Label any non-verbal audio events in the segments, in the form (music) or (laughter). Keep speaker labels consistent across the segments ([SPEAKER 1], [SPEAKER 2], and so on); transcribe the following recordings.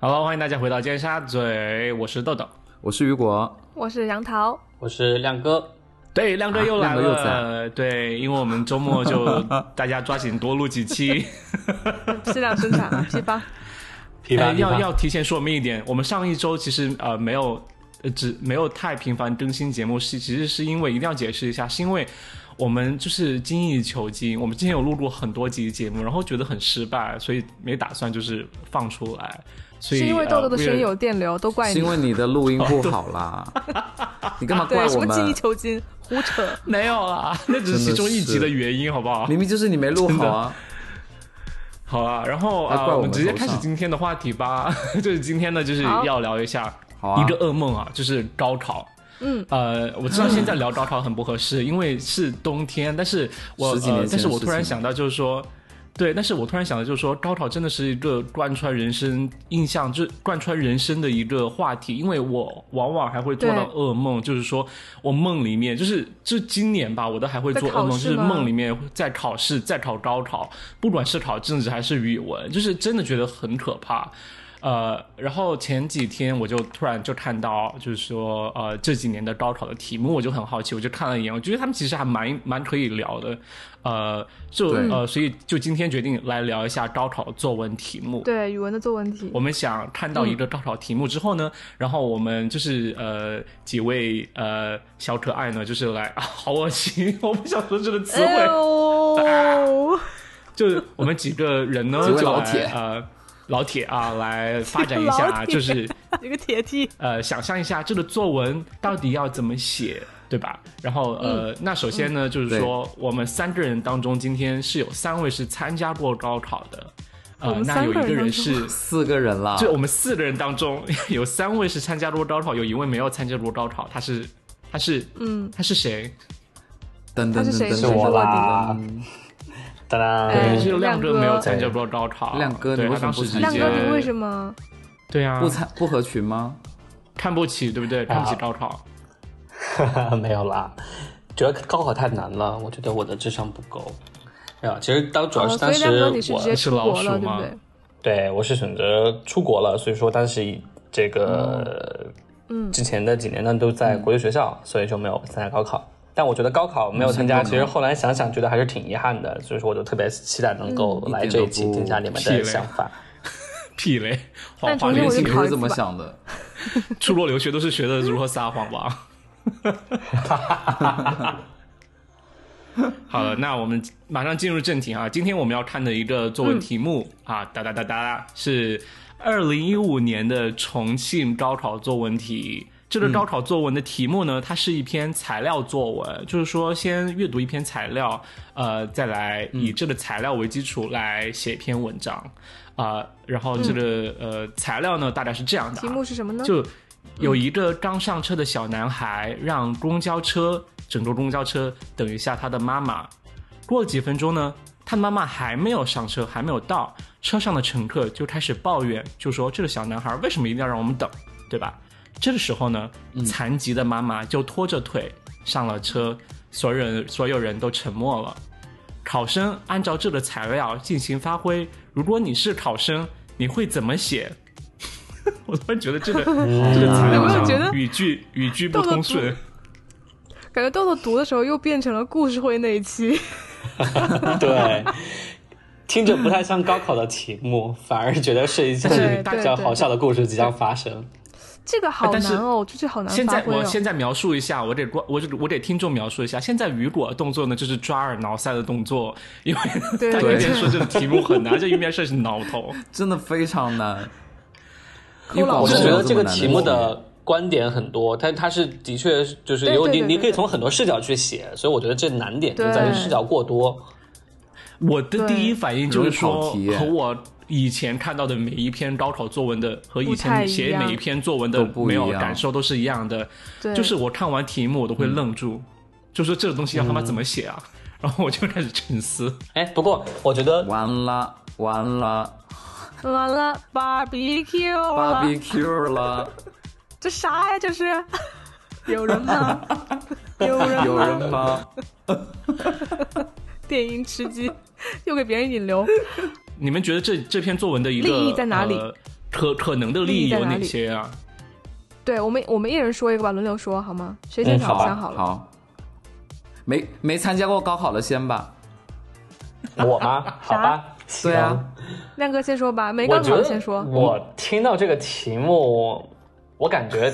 [SPEAKER 1] Hello，欢迎大家回到尖沙咀，我是豆豆。
[SPEAKER 2] 我是雨果，
[SPEAKER 3] 我是杨桃，
[SPEAKER 4] 我是亮哥，
[SPEAKER 1] 对，啊亮哥又来
[SPEAKER 2] 亮哥又
[SPEAKER 1] 了，对，因为我们周末
[SPEAKER 3] (laughs)
[SPEAKER 1] 就大家抓紧多录几期。
[SPEAKER 3] 适量生
[SPEAKER 1] (laughs)
[SPEAKER 3] 产啊，批发。
[SPEAKER 4] 批
[SPEAKER 1] 哎
[SPEAKER 4] 发批
[SPEAKER 1] 要
[SPEAKER 4] 发，
[SPEAKER 1] 要提前说明一点，我们上一周其实呃没有呃只没有太频繁更新节目，是其实是因为一定要解释一下，是因为我们就是精益求精，我们之前有录过很多集节目，然后觉得很失败，所以没打算就是放出来。所
[SPEAKER 3] 是
[SPEAKER 1] 以
[SPEAKER 3] 因为豆豆的声音
[SPEAKER 1] 呃为了
[SPEAKER 3] 有电流，都怪
[SPEAKER 2] 是因
[SPEAKER 3] 你。
[SPEAKER 2] 为你的录音不好
[SPEAKER 3] (laughs)
[SPEAKER 2] 啦，你干嘛怪
[SPEAKER 3] 啊对，什
[SPEAKER 2] 我
[SPEAKER 3] 么精益
[SPEAKER 2] 们？
[SPEAKER 3] 求精，胡扯。
[SPEAKER 1] (laughs) 没有啦，那只是其中一集的原因，好不好？
[SPEAKER 2] 明明就是你没录好啊！
[SPEAKER 1] 好啊，然后
[SPEAKER 2] 那
[SPEAKER 1] 啊、
[SPEAKER 2] 怪我
[SPEAKER 1] 我
[SPEAKER 2] 们
[SPEAKER 1] 们直接
[SPEAKER 2] 头
[SPEAKER 1] 开
[SPEAKER 2] 上
[SPEAKER 1] 始今天的话题吧。 (laughs) 就是今天呢，就是
[SPEAKER 3] 好
[SPEAKER 1] 要聊一下
[SPEAKER 2] 好啊
[SPEAKER 1] 一个噩梦啊，就是高考。
[SPEAKER 3] 嗯，
[SPEAKER 1] 呃，我知道现在聊高考很不合适，因为是冬天，但是我
[SPEAKER 2] 十几年
[SPEAKER 1] 呃
[SPEAKER 2] 前的
[SPEAKER 1] 但是我
[SPEAKER 2] 事
[SPEAKER 1] 突然
[SPEAKER 2] 情
[SPEAKER 1] 想到就是说。对，但是我突然想到，就是说高考真的是一个贯穿人生印象，就是贯穿人生的一个话题。因为我往往还会做到
[SPEAKER 3] 对
[SPEAKER 1] 噩梦，就是说我梦里面，就是就今年吧，我都还会
[SPEAKER 3] 在
[SPEAKER 1] 做
[SPEAKER 3] 考
[SPEAKER 1] 噩梦，
[SPEAKER 3] 试
[SPEAKER 1] 就是
[SPEAKER 3] 吗
[SPEAKER 1] 梦里面在考试，在考高考，不管是考政治还是语文，就是真的觉得很可怕。呃，然后前几天我就突然就看到，就是说，呃，这几年的高考的题目，我就很好奇，我就看了一眼，我觉得他们其实还蛮蛮可以聊的，呃，就
[SPEAKER 2] 对
[SPEAKER 1] 呃，所以就今天决定来聊一下高考作文题目。
[SPEAKER 3] 对，语嗯文的作文题
[SPEAKER 1] 我，们想看到一个高考题目之后呢，然后我们就是呃几位呃小可爱呢，就是来、啊、好恶心， (laughs) 我不想说这个词汇，
[SPEAKER 3] 哎呦，
[SPEAKER 1] 就是我们几个人呢，
[SPEAKER 2] 几位
[SPEAKER 1] 就
[SPEAKER 2] 老
[SPEAKER 1] 来
[SPEAKER 2] 铁
[SPEAKER 1] 呃老铁啊，来发展一下，
[SPEAKER 3] 老铁
[SPEAKER 1] 就是
[SPEAKER 3] (laughs) 一个铁梯。
[SPEAKER 1] 呃，想象一下这个作文到底要怎么写，对吧？然后
[SPEAKER 3] 嗯
[SPEAKER 1] 呃，那首先呢，就是说我们三个人当中，今天是有三位是参加过高考的，
[SPEAKER 3] 我
[SPEAKER 1] 呃，
[SPEAKER 3] 们
[SPEAKER 1] 那有一
[SPEAKER 3] 三个人
[SPEAKER 1] 人
[SPEAKER 3] 当中
[SPEAKER 1] 是。
[SPEAKER 2] 四个人啦，
[SPEAKER 1] (laughs) 就我们四个人当中，有三位是参加过高考，有一位没有参加过高考，他是他是
[SPEAKER 3] 嗯，
[SPEAKER 1] 他是谁？
[SPEAKER 2] 噔噔
[SPEAKER 3] 他是谁
[SPEAKER 2] 噔
[SPEAKER 3] 是
[SPEAKER 2] 噔
[SPEAKER 3] 我
[SPEAKER 2] 噔，
[SPEAKER 4] 啦
[SPEAKER 2] 嗯
[SPEAKER 4] 哒哒，
[SPEAKER 3] 哎
[SPEAKER 1] 是
[SPEAKER 3] 亮
[SPEAKER 1] 亮
[SPEAKER 3] 哥
[SPEAKER 1] 没有参加过高考。
[SPEAKER 2] 亮哥
[SPEAKER 1] 对
[SPEAKER 2] 你为
[SPEAKER 1] 他
[SPEAKER 2] 什
[SPEAKER 1] 当
[SPEAKER 2] 么
[SPEAKER 1] 时
[SPEAKER 2] 不
[SPEAKER 1] 直
[SPEAKER 2] 参
[SPEAKER 1] 接
[SPEAKER 2] 加
[SPEAKER 3] 亮哥，你为
[SPEAKER 1] 么
[SPEAKER 3] 什么？
[SPEAKER 1] 对啊
[SPEAKER 2] 不参不合群吗？
[SPEAKER 1] 看不起，对不对？看不起高考。 (laughs)
[SPEAKER 3] 哎
[SPEAKER 4] (laughs) 没有啦，主要高考太难了，我觉得我的智商不够。啊，其实当主要
[SPEAKER 3] 哦，
[SPEAKER 4] 是
[SPEAKER 3] 所
[SPEAKER 4] 当
[SPEAKER 3] 以
[SPEAKER 4] 时
[SPEAKER 3] 亮哥你是
[SPEAKER 4] 我
[SPEAKER 3] 直接出国
[SPEAKER 1] 是老
[SPEAKER 3] 了，
[SPEAKER 1] 鼠
[SPEAKER 3] 对
[SPEAKER 1] 吗
[SPEAKER 3] 不对？
[SPEAKER 4] 对我是选择出国了，所以说当时这个
[SPEAKER 3] 嗯
[SPEAKER 4] 之前的几年呢都在国际学校，所以就没有参加高考。但我觉得高考没有参
[SPEAKER 3] 嗯
[SPEAKER 4] 加，其实后来想想觉得还是挺遗憾的，所以说我就特别期待能够
[SPEAKER 2] 嗯
[SPEAKER 4] 来
[SPEAKER 2] 一点
[SPEAKER 4] 这
[SPEAKER 2] 都
[SPEAKER 4] 一期
[SPEAKER 2] 不
[SPEAKER 4] 听一下你们
[SPEAKER 1] 屁嘞
[SPEAKER 4] 的想法。
[SPEAKER 1] 屁嘞！谎
[SPEAKER 3] 但
[SPEAKER 1] 话
[SPEAKER 3] 重新
[SPEAKER 1] 连
[SPEAKER 3] 我就
[SPEAKER 1] 心
[SPEAKER 2] 你
[SPEAKER 3] 考
[SPEAKER 2] 不
[SPEAKER 3] 一
[SPEAKER 2] 是这
[SPEAKER 3] 次
[SPEAKER 2] 么
[SPEAKER 3] 吧
[SPEAKER 2] 想的，
[SPEAKER 1] (laughs) 出国留学都是学的如何撒谎吧。 (laughs) 好了，那我们马上进入正题啊。今天我们要看的一个作
[SPEAKER 3] 嗯
[SPEAKER 1] 文题目、啊，哒哒哒哒，是二零一五年的重庆高考作文题。这
[SPEAKER 3] 嗯
[SPEAKER 1] 个高考作文的题目呢，它是一篇材料作文，就是说先阅读一篇材料，呃，再来
[SPEAKER 3] 嗯
[SPEAKER 1] 以这个材料为基础来写一篇文章，啊、然后这个、呃材料呢大概是这样的、啊，
[SPEAKER 3] 嗯题目是什么呢？
[SPEAKER 1] 就有一个刚上车的小男孩让公交车整个公交车等一下他的妈妈。过了几分钟呢，他妈妈还没有上车，还没有到，车上的乘客就开始抱怨，就说这个小男孩为什么一定要让我们等，对吧？这个时候呢，残疾的妈妈就拖着腿上了车，所有人所有人都沉默了。考生按照这个材料进行发挥。如果你是考生，你会怎么写？ (laughs) 我突然觉得这个这个材料
[SPEAKER 3] 有没有
[SPEAKER 1] 好像
[SPEAKER 3] 觉得
[SPEAKER 1] 语句语句不
[SPEAKER 3] 豆豆
[SPEAKER 1] 通
[SPEAKER 3] 读
[SPEAKER 1] 顺？
[SPEAKER 3] 感觉豆豆读的时候又变成了故事会那一期， (laughs)
[SPEAKER 4] (laughs) 对，听着不太像高考的题目， (laughs) 反而觉得是一
[SPEAKER 3] 对
[SPEAKER 4] 件
[SPEAKER 3] 对
[SPEAKER 4] (laughs) 比较
[SPEAKER 3] 对
[SPEAKER 4] 好笑的故事即将发生。
[SPEAKER 3] 这个好
[SPEAKER 1] 哎但是
[SPEAKER 3] 难哦，这句好难
[SPEAKER 1] 现
[SPEAKER 3] 发
[SPEAKER 1] 在
[SPEAKER 3] 挥
[SPEAKER 1] 我
[SPEAKER 3] 哦。
[SPEAKER 1] 现在描述一下，我给观我给我给听众描述一下，现在雨果的动作呢就是抓耳挠腮的动作，因为
[SPEAKER 3] 对
[SPEAKER 1] 他
[SPEAKER 3] 对
[SPEAKER 1] 一边说这个题目很难，这一边说是挠头。
[SPEAKER 2] 真的非常难。
[SPEAKER 3] (laughs) 抠老
[SPEAKER 4] 我
[SPEAKER 3] 师
[SPEAKER 4] 是
[SPEAKER 3] 是
[SPEAKER 4] 觉
[SPEAKER 3] 有
[SPEAKER 4] 得这个题目的观点很多，但它是的确就是有
[SPEAKER 3] 对对
[SPEAKER 4] 你，
[SPEAKER 3] 对
[SPEAKER 4] 你
[SPEAKER 3] 对
[SPEAKER 4] 可以从很多视角去写，所以我觉得这难点就在于
[SPEAKER 3] 对
[SPEAKER 4] 视角过多。
[SPEAKER 1] 我的第一
[SPEAKER 3] 对
[SPEAKER 1] 反应就是
[SPEAKER 2] 容易
[SPEAKER 1] 说
[SPEAKER 2] 跑题耶
[SPEAKER 1] 和我。以前看到的每一篇高考作文的和以
[SPEAKER 3] 不太
[SPEAKER 1] 前写
[SPEAKER 3] 一样
[SPEAKER 1] 每一篇作文的
[SPEAKER 2] 都不
[SPEAKER 1] 没
[SPEAKER 2] 一
[SPEAKER 1] 有
[SPEAKER 2] 样
[SPEAKER 1] 感受都是一样的，
[SPEAKER 3] 对，
[SPEAKER 1] 就是我看完题目我都会愣住，就说这个东西要他妈怎么写啊？
[SPEAKER 3] 嗯
[SPEAKER 1] (laughs) 然后我就开始沉思。
[SPEAKER 4] 哎，不过我觉得
[SPEAKER 2] 完了完了
[SPEAKER 3] 完了 barbecue 了，
[SPEAKER 2] ，barbecue 了，
[SPEAKER 3] 这啥呀？这是 (laughs) 有人吗？ (laughs) 有人
[SPEAKER 2] 有
[SPEAKER 3] 吗？
[SPEAKER 2] 人吗？
[SPEAKER 3] 电音 (laughs) 吃鸡，又给别人引流。
[SPEAKER 1] 你们觉得这这篇作文的一个
[SPEAKER 3] 立意在哪里
[SPEAKER 1] 呃可可能的利益有哪些啊？
[SPEAKER 3] (laughs) 对我们，我们一人说一个吧，轮流说好吗？谁先
[SPEAKER 4] 嗯
[SPEAKER 3] 想
[SPEAKER 4] 好啊
[SPEAKER 3] 想好了？
[SPEAKER 2] 好，没没参加过高考的先吧。
[SPEAKER 4] 我吗？好吧，
[SPEAKER 2] 对啊
[SPEAKER 4] 行，
[SPEAKER 3] 亮哥先说吧，没
[SPEAKER 4] 我
[SPEAKER 3] 哎刚
[SPEAKER 4] 觉
[SPEAKER 3] 好
[SPEAKER 4] 得
[SPEAKER 3] 先说。
[SPEAKER 4] 我听到这个题目，我感觉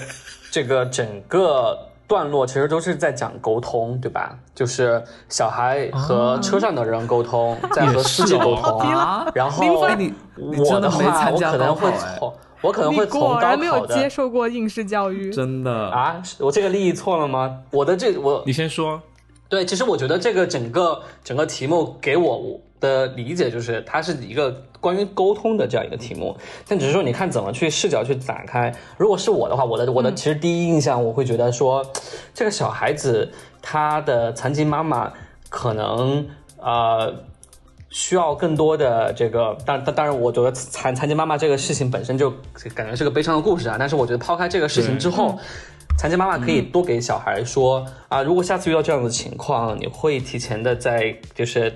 [SPEAKER 4] 这个整个段落其实都是在讲沟通，对吧？就是小孩和车上的人沟通，再和司机沟通，
[SPEAKER 3] 也是哦
[SPEAKER 2] 啊，
[SPEAKER 4] 然后
[SPEAKER 2] 哎你你
[SPEAKER 4] 我
[SPEAKER 2] 真
[SPEAKER 4] 的
[SPEAKER 2] 没
[SPEAKER 4] 话，
[SPEAKER 2] 参
[SPEAKER 4] 我
[SPEAKER 2] 加
[SPEAKER 4] 可
[SPEAKER 2] 高考
[SPEAKER 4] 能会
[SPEAKER 2] 哎，
[SPEAKER 4] 从我可能会
[SPEAKER 3] 你
[SPEAKER 4] 从
[SPEAKER 3] 果
[SPEAKER 4] 高
[SPEAKER 3] 然没
[SPEAKER 4] 考
[SPEAKER 3] 有接
[SPEAKER 4] 的
[SPEAKER 3] 受过应试教育，
[SPEAKER 2] 真的，
[SPEAKER 4] 啊，是我这个利益错了吗？我的这我
[SPEAKER 1] 你先说，
[SPEAKER 4] 对，其实我觉得这个整个整个题目给我的理解就是，它是一个关于沟通的这样一个题目，但只是说你看怎么去视角去打开。如果是我的话，我的我的其实第一印象我会觉得说，这个小孩子他的残疾妈妈可能呃需要更多的这个，当当当然，我觉得残残疾妈妈这个事情本身就感觉是个悲伤的故事啊。但是我觉得抛开这个事情之后，残疾妈妈可以多给小孩说、啊，如果下次遇到这样的情况，你会提前的在就是。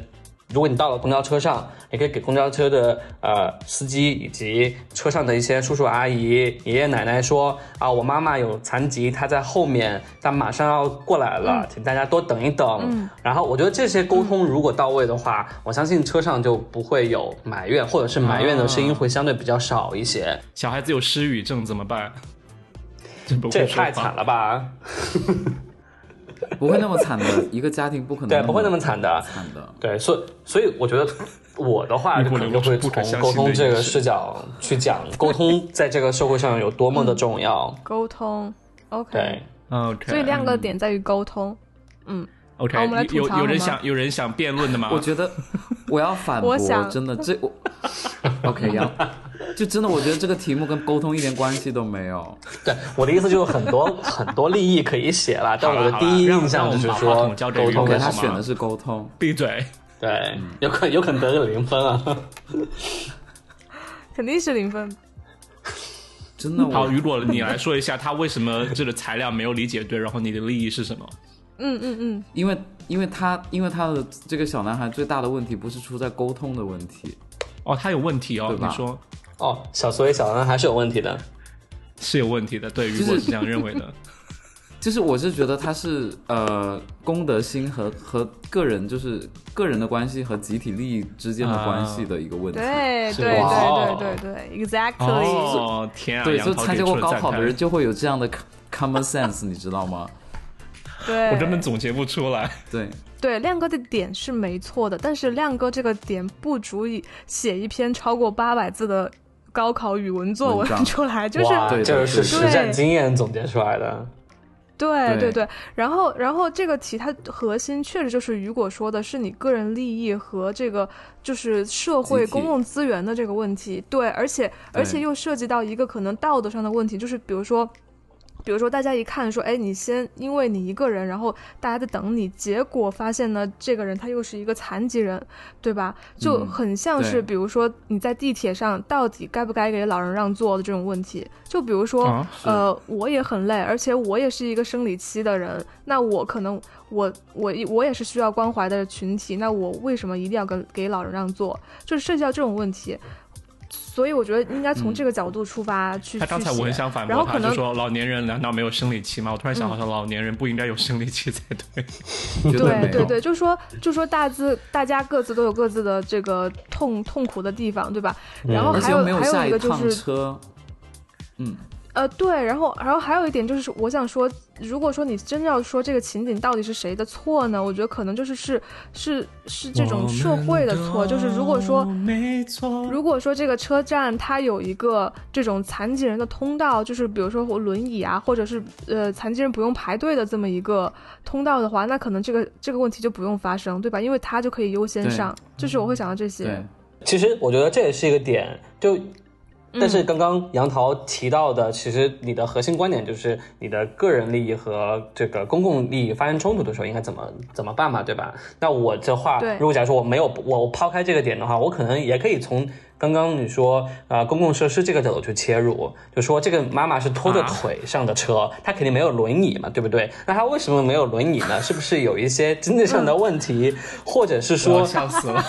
[SPEAKER 4] 如果你到了公交车上，你可以给公交车的呃司机以及车上的一些叔叔阿姨、爷爷奶奶说啊，我妈妈有残疾，她在后面，但马上要过来了，请大家多等一等。然后我觉得这些沟通如果到位的话，我相信车上就不会有埋怨，或者是埋怨的声音会相对比较少一些。
[SPEAKER 1] 小孩子有失语症怎么办？这不
[SPEAKER 4] 这也
[SPEAKER 1] 会说
[SPEAKER 4] 太
[SPEAKER 1] 话
[SPEAKER 4] 惨。了吧？
[SPEAKER 2] 不会那么惨的，一个家庭不可能
[SPEAKER 4] 对，不会那么惨的。
[SPEAKER 2] 惨
[SPEAKER 1] 啊
[SPEAKER 2] 的。
[SPEAKER 4] 对，所以所以我觉得我的话
[SPEAKER 1] 一
[SPEAKER 4] 就
[SPEAKER 1] 股
[SPEAKER 4] 可能就会
[SPEAKER 1] 不可
[SPEAKER 4] 从
[SPEAKER 1] 相
[SPEAKER 4] 沟
[SPEAKER 1] 信的
[SPEAKER 4] 通
[SPEAKER 1] 意
[SPEAKER 4] 这个
[SPEAKER 1] 识
[SPEAKER 4] 视角去讲沟通 (laughs) 在这个社会上有多么的重要。
[SPEAKER 3] 沟通
[SPEAKER 4] 对
[SPEAKER 3] ，OK。，
[SPEAKER 1] 嗯 OK，
[SPEAKER 3] 所以亮哥的点在于沟通，
[SPEAKER 1] OK，
[SPEAKER 3] 好我们来吐
[SPEAKER 1] 有
[SPEAKER 3] 槽
[SPEAKER 1] 有
[SPEAKER 3] 好
[SPEAKER 1] 人
[SPEAKER 3] 吗
[SPEAKER 1] 想有人想辩论的吗？
[SPEAKER 2] 我
[SPEAKER 1] (laughs)
[SPEAKER 2] 觉得我要反驳
[SPEAKER 3] 我想，
[SPEAKER 2] 真的这我 OK 要，就真的我觉得这个题目跟沟通一点关系都没有。
[SPEAKER 4] 对，我的意思就是很多很多利益可以写了，但我的第一印象就是
[SPEAKER 1] 好了好
[SPEAKER 4] 说
[SPEAKER 1] 了让我们把话筒交给
[SPEAKER 4] 沟
[SPEAKER 1] 宇哥
[SPEAKER 4] 通
[SPEAKER 1] 好
[SPEAKER 2] OK，
[SPEAKER 1] 吗
[SPEAKER 2] 他选的是沟通，
[SPEAKER 1] 闭嘴。
[SPEAKER 4] 对，有可有可能得个零分啊。
[SPEAKER 3] 肯定是零分。
[SPEAKER 2] 真的
[SPEAKER 1] 好，
[SPEAKER 2] 我
[SPEAKER 1] 雨果，你来说一下他为什么这个材料没有理解对，然后你的利益是什么？
[SPEAKER 3] 嗯嗯嗯，
[SPEAKER 2] 因为因为他因为他的这个小男孩最大的问题不是出在沟通的问题，
[SPEAKER 1] 哦，他有问题哦，
[SPEAKER 2] 对吧
[SPEAKER 1] 你说
[SPEAKER 4] 哦，小所以小男还是有问题的。
[SPEAKER 1] 是有问题的，对， (laughs) 雨
[SPEAKER 2] 是
[SPEAKER 1] 果是这样认为的。
[SPEAKER 2] 就是我是觉得他是呃公德心和和个人就是个人的关系和集体利益之间的关系的一个问题。
[SPEAKER 1] 啊
[SPEAKER 3] 对
[SPEAKER 4] 是
[SPEAKER 3] 对对
[SPEAKER 4] 哇哦
[SPEAKER 3] 对对对，exactly。
[SPEAKER 1] 哦， (laughs) 天啊！
[SPEAKER 2] 对，
[SPEAKER 1] 杨
[SPEAKER 2] 就
[SPEAKER 1] 桃
[SPEAKER 2] 参
[SPEAKER 1] 给
[SPEAKER 2] 加过
[SPEAKER 1] 出了
[SPEAKER 2] 高
[SPEAKER 1] 赞
[SPEAKER 2] 考的
[SPEAKER 1] 叹
[SPEAKER 2] 人，就会有这样的 (laughs) common sense，你知道吗？
[SPEAKER 3] 对，
[SPEAKER 1] 我根本总结不出来。
[SPEAKER 2] 对，
[SPEAKER 1] (laughs)
[SPEAKER 3] 对亮哥的点是没错的，但是亮哥这个点不足以写一篇超过八百字的高考语文作
[SPEAKER 2] 文
[SPEAKER 3] 文
[SPEAKER 2] 章
[SPEAKER 3] 出来，就是
[SPEAKER 4] 哇，
[SPEAKER 2] 对
[SPEAKER 4] 这
[SPEAKER 2] 对
[SPEAKER 4] 个是
[SPEAKER 2] 对
[SPEAKER 4] 实
[SPEAKER 3] 对
[SPEAKER 4] 战经验总结出来的。
[SPEAKER 3] 对
[SPEAKER 2] 对
[SPEAKER 3] 对对，然后然后这个题它核心确实就是雨果说的是你个人利益和这个就是社会
[SPEAKER 2] 集体
[SPEAKER 3] 公共资源的这个问题，对，而且而且
[SPEAKER 2] 对
[SPEAKER 3] 又涉及到一个可能道德上的问题，就是比如说。比如说，大家一看说，哎，你先因为你一个人，然后大家在等你，结果发现呢，这个人他又是一个残疾人，对吧？就
[SPEAKER 2] 嗯
[SPEAKER 3] 很像是，
[SPEAKER 2] 对
[SPEAKER 3] 比如说你在地铁上到底该不该给老人让座的这种问题。就比如说，
[SPEAKER 1] 啊
[SPEAKER 3] 呃，我也很累，而且我也是一个生理期的人，那我可能我我我也是需要关怀的群体，那我为什么一定要跟给老人让座？就是涉及到这种问题，所以我觉得应该从这个角度出发去。
[SPEAKER 1] 他
[SPEAKER 3] 去
[SPEAKER 1] 刚才我很
[SPEAKER 3] 写
[SPEAKER 1] 想反
[SPEAKER 3] 然
[SPEAKER 1] 驳他，
[SPEAKER 3] 后可
[SPEAKER 1] 就
[SPEAKER 3] 能
[SPEAKER 1] 说老年人难道没有生理期吗？我突然想，好像老年人不应该有生理期才对。
[SPEAKER 2] 绝没
[SPEAKER 3] 对
[SPEAKER 2] 有。
[SPEAKER 3] 对对，就说就说大自大家各自都有各自的这个痛痛苦的地方，对吧？
[SPEAKER 1] 嗯
[SPEAKER 3] 然后
[SPEAKER 2] 而
[SPEAKER 3] 哦还
[SPEAKER 2] 且
[SPEAKER 3] 有、
[SPEAKER 2] 又没有
[SPEAKER 3] 还有
[SPEAKER 2] 下
[SPEAKER 3] 一
[SPEAKER 2] 一
[SPEAKER 3] 个就
[SPEAKER 2] 趟
[SPEAKER 3] 是
[SPEAKER 2] 车，嗯，
[SPEAKER 3] 呃，对，然后，然后还有一点就是，我想说，如果说你真要说这个情景到底是谁的错呢？我觉得可能就是是是是这种社会的错，就是如果说
[SPEAKER 1] 没错，
[SPEAKER 3] 如果说这个车站它有一个这种残疾人的通道，就是比如说我轮椅啊，或者是呃残疾人不用排队的这么一个通道的话，那可能这个这个问题就不用发生，对吧？因为他就可以优先
[SPEAKER 2] 对
[SPEAKER 3] 上，就是
[SPEAKER 1] 嗯
[SPEAKER 3] 我会想到这些。
[SPEAKER 2] 对，
[SPEAKER 4] 其实我觉得这也是一个点，就。
[SPEAKER 3] 嗯
[SPEAKER 4] 但是刚刚杨桃提到的，其实你的核心观点就是你的个人利益和这个公共利益发生冲突的时候，应该怎么怎么办嘛，对吧？那我的话
[SPEAKER 3] 对，
[SPEAKER 4] 如果假如说我没有我抛开这个点的话，我可能也可以从刚刚你说呃公共设施这个角度去切入，就说这个妈妈是拖着
[SPEAKER 1] 啊
[SPEAKER 4] 腿上的车，她肯定没有轮椅嘛，对不对？那她为什么没有轮椅呢？是不是有一些经济上的问题，
[SPEAKER 3] 嗯
[SPEAKER 4] 或者是
[SPEAKER 1] 我
[SPEAKER 4] 说
[SPEAKER 1] 笑死了，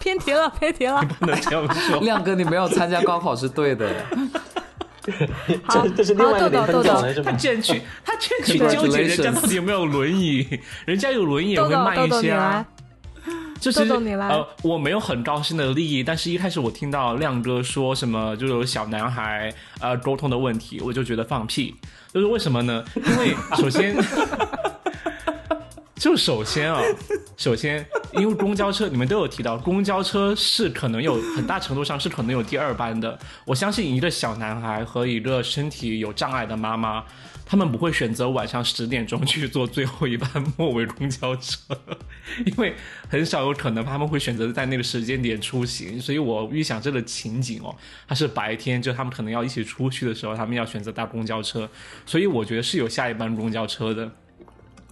[SPEAKER 3] 偏题了，偏题了。
[SPEAKER 1] 不能这样
[SPEAKER 2] (laughs)
[SPEAKER 1] 说。
[SPEAKER 2] 亮哥，你没有参加高考是对的，
[SPEAKER 3] 好
[SPEAKER 4] (laughs) 这这是另外一个
[SPEAKER 3] 好豆豆
[SPEAKER 4] 零分
[SPEAKER 3] 豆
[SPEAKER 4] 奖
[SPEAKER 3] 豆
[SPEAKER 4] 了，是
[SPEAKER 1] 他
[SPEAKER 4] 吗？
[SPEAKER 1] 竟然去，他竟然去纠结人家到底有没有轮椅，人 (laughs) 家有轮椅也
[SPEAKER 3] 豆
[SPEAKER 1] 会
[SPEAKER 3] 豆
[SPEAKER 1] 慢
[SPEAKER 3] 豆
[SPEAKER 1] 一
[SPEAKER 3] 豆你
[SPEAKER 1] 些
[SPEAKER 3] 来
[SPEAKER 1] 啊。，就是
[SPEAKER 3] 豆豆你来
[SPEAKER 1] 呃，我没有很高兴的利益，但是一开始我听到亮哥说什么就是有小男孩呃沟通的问题，我就觉得放屁，就是为什么呢？因为首先， (laughs) 就首先啊、首先因为公交车你们都有提到，公交车是可能有很大程度上是可能有第二班的，我相信一个小男孩和一个身体有障碍的妈妈。他们不会选择晚上十点钟 (laughs) 去坐最后一班末尾公交车， (laughs) 因为很少有可能他们会选择在那个时间点出行，所以我预想这个情景哦，它是白天，就他们可能要一起出去的时候，他们要选择搭公交车，所以我觉得是有下一班公交车的。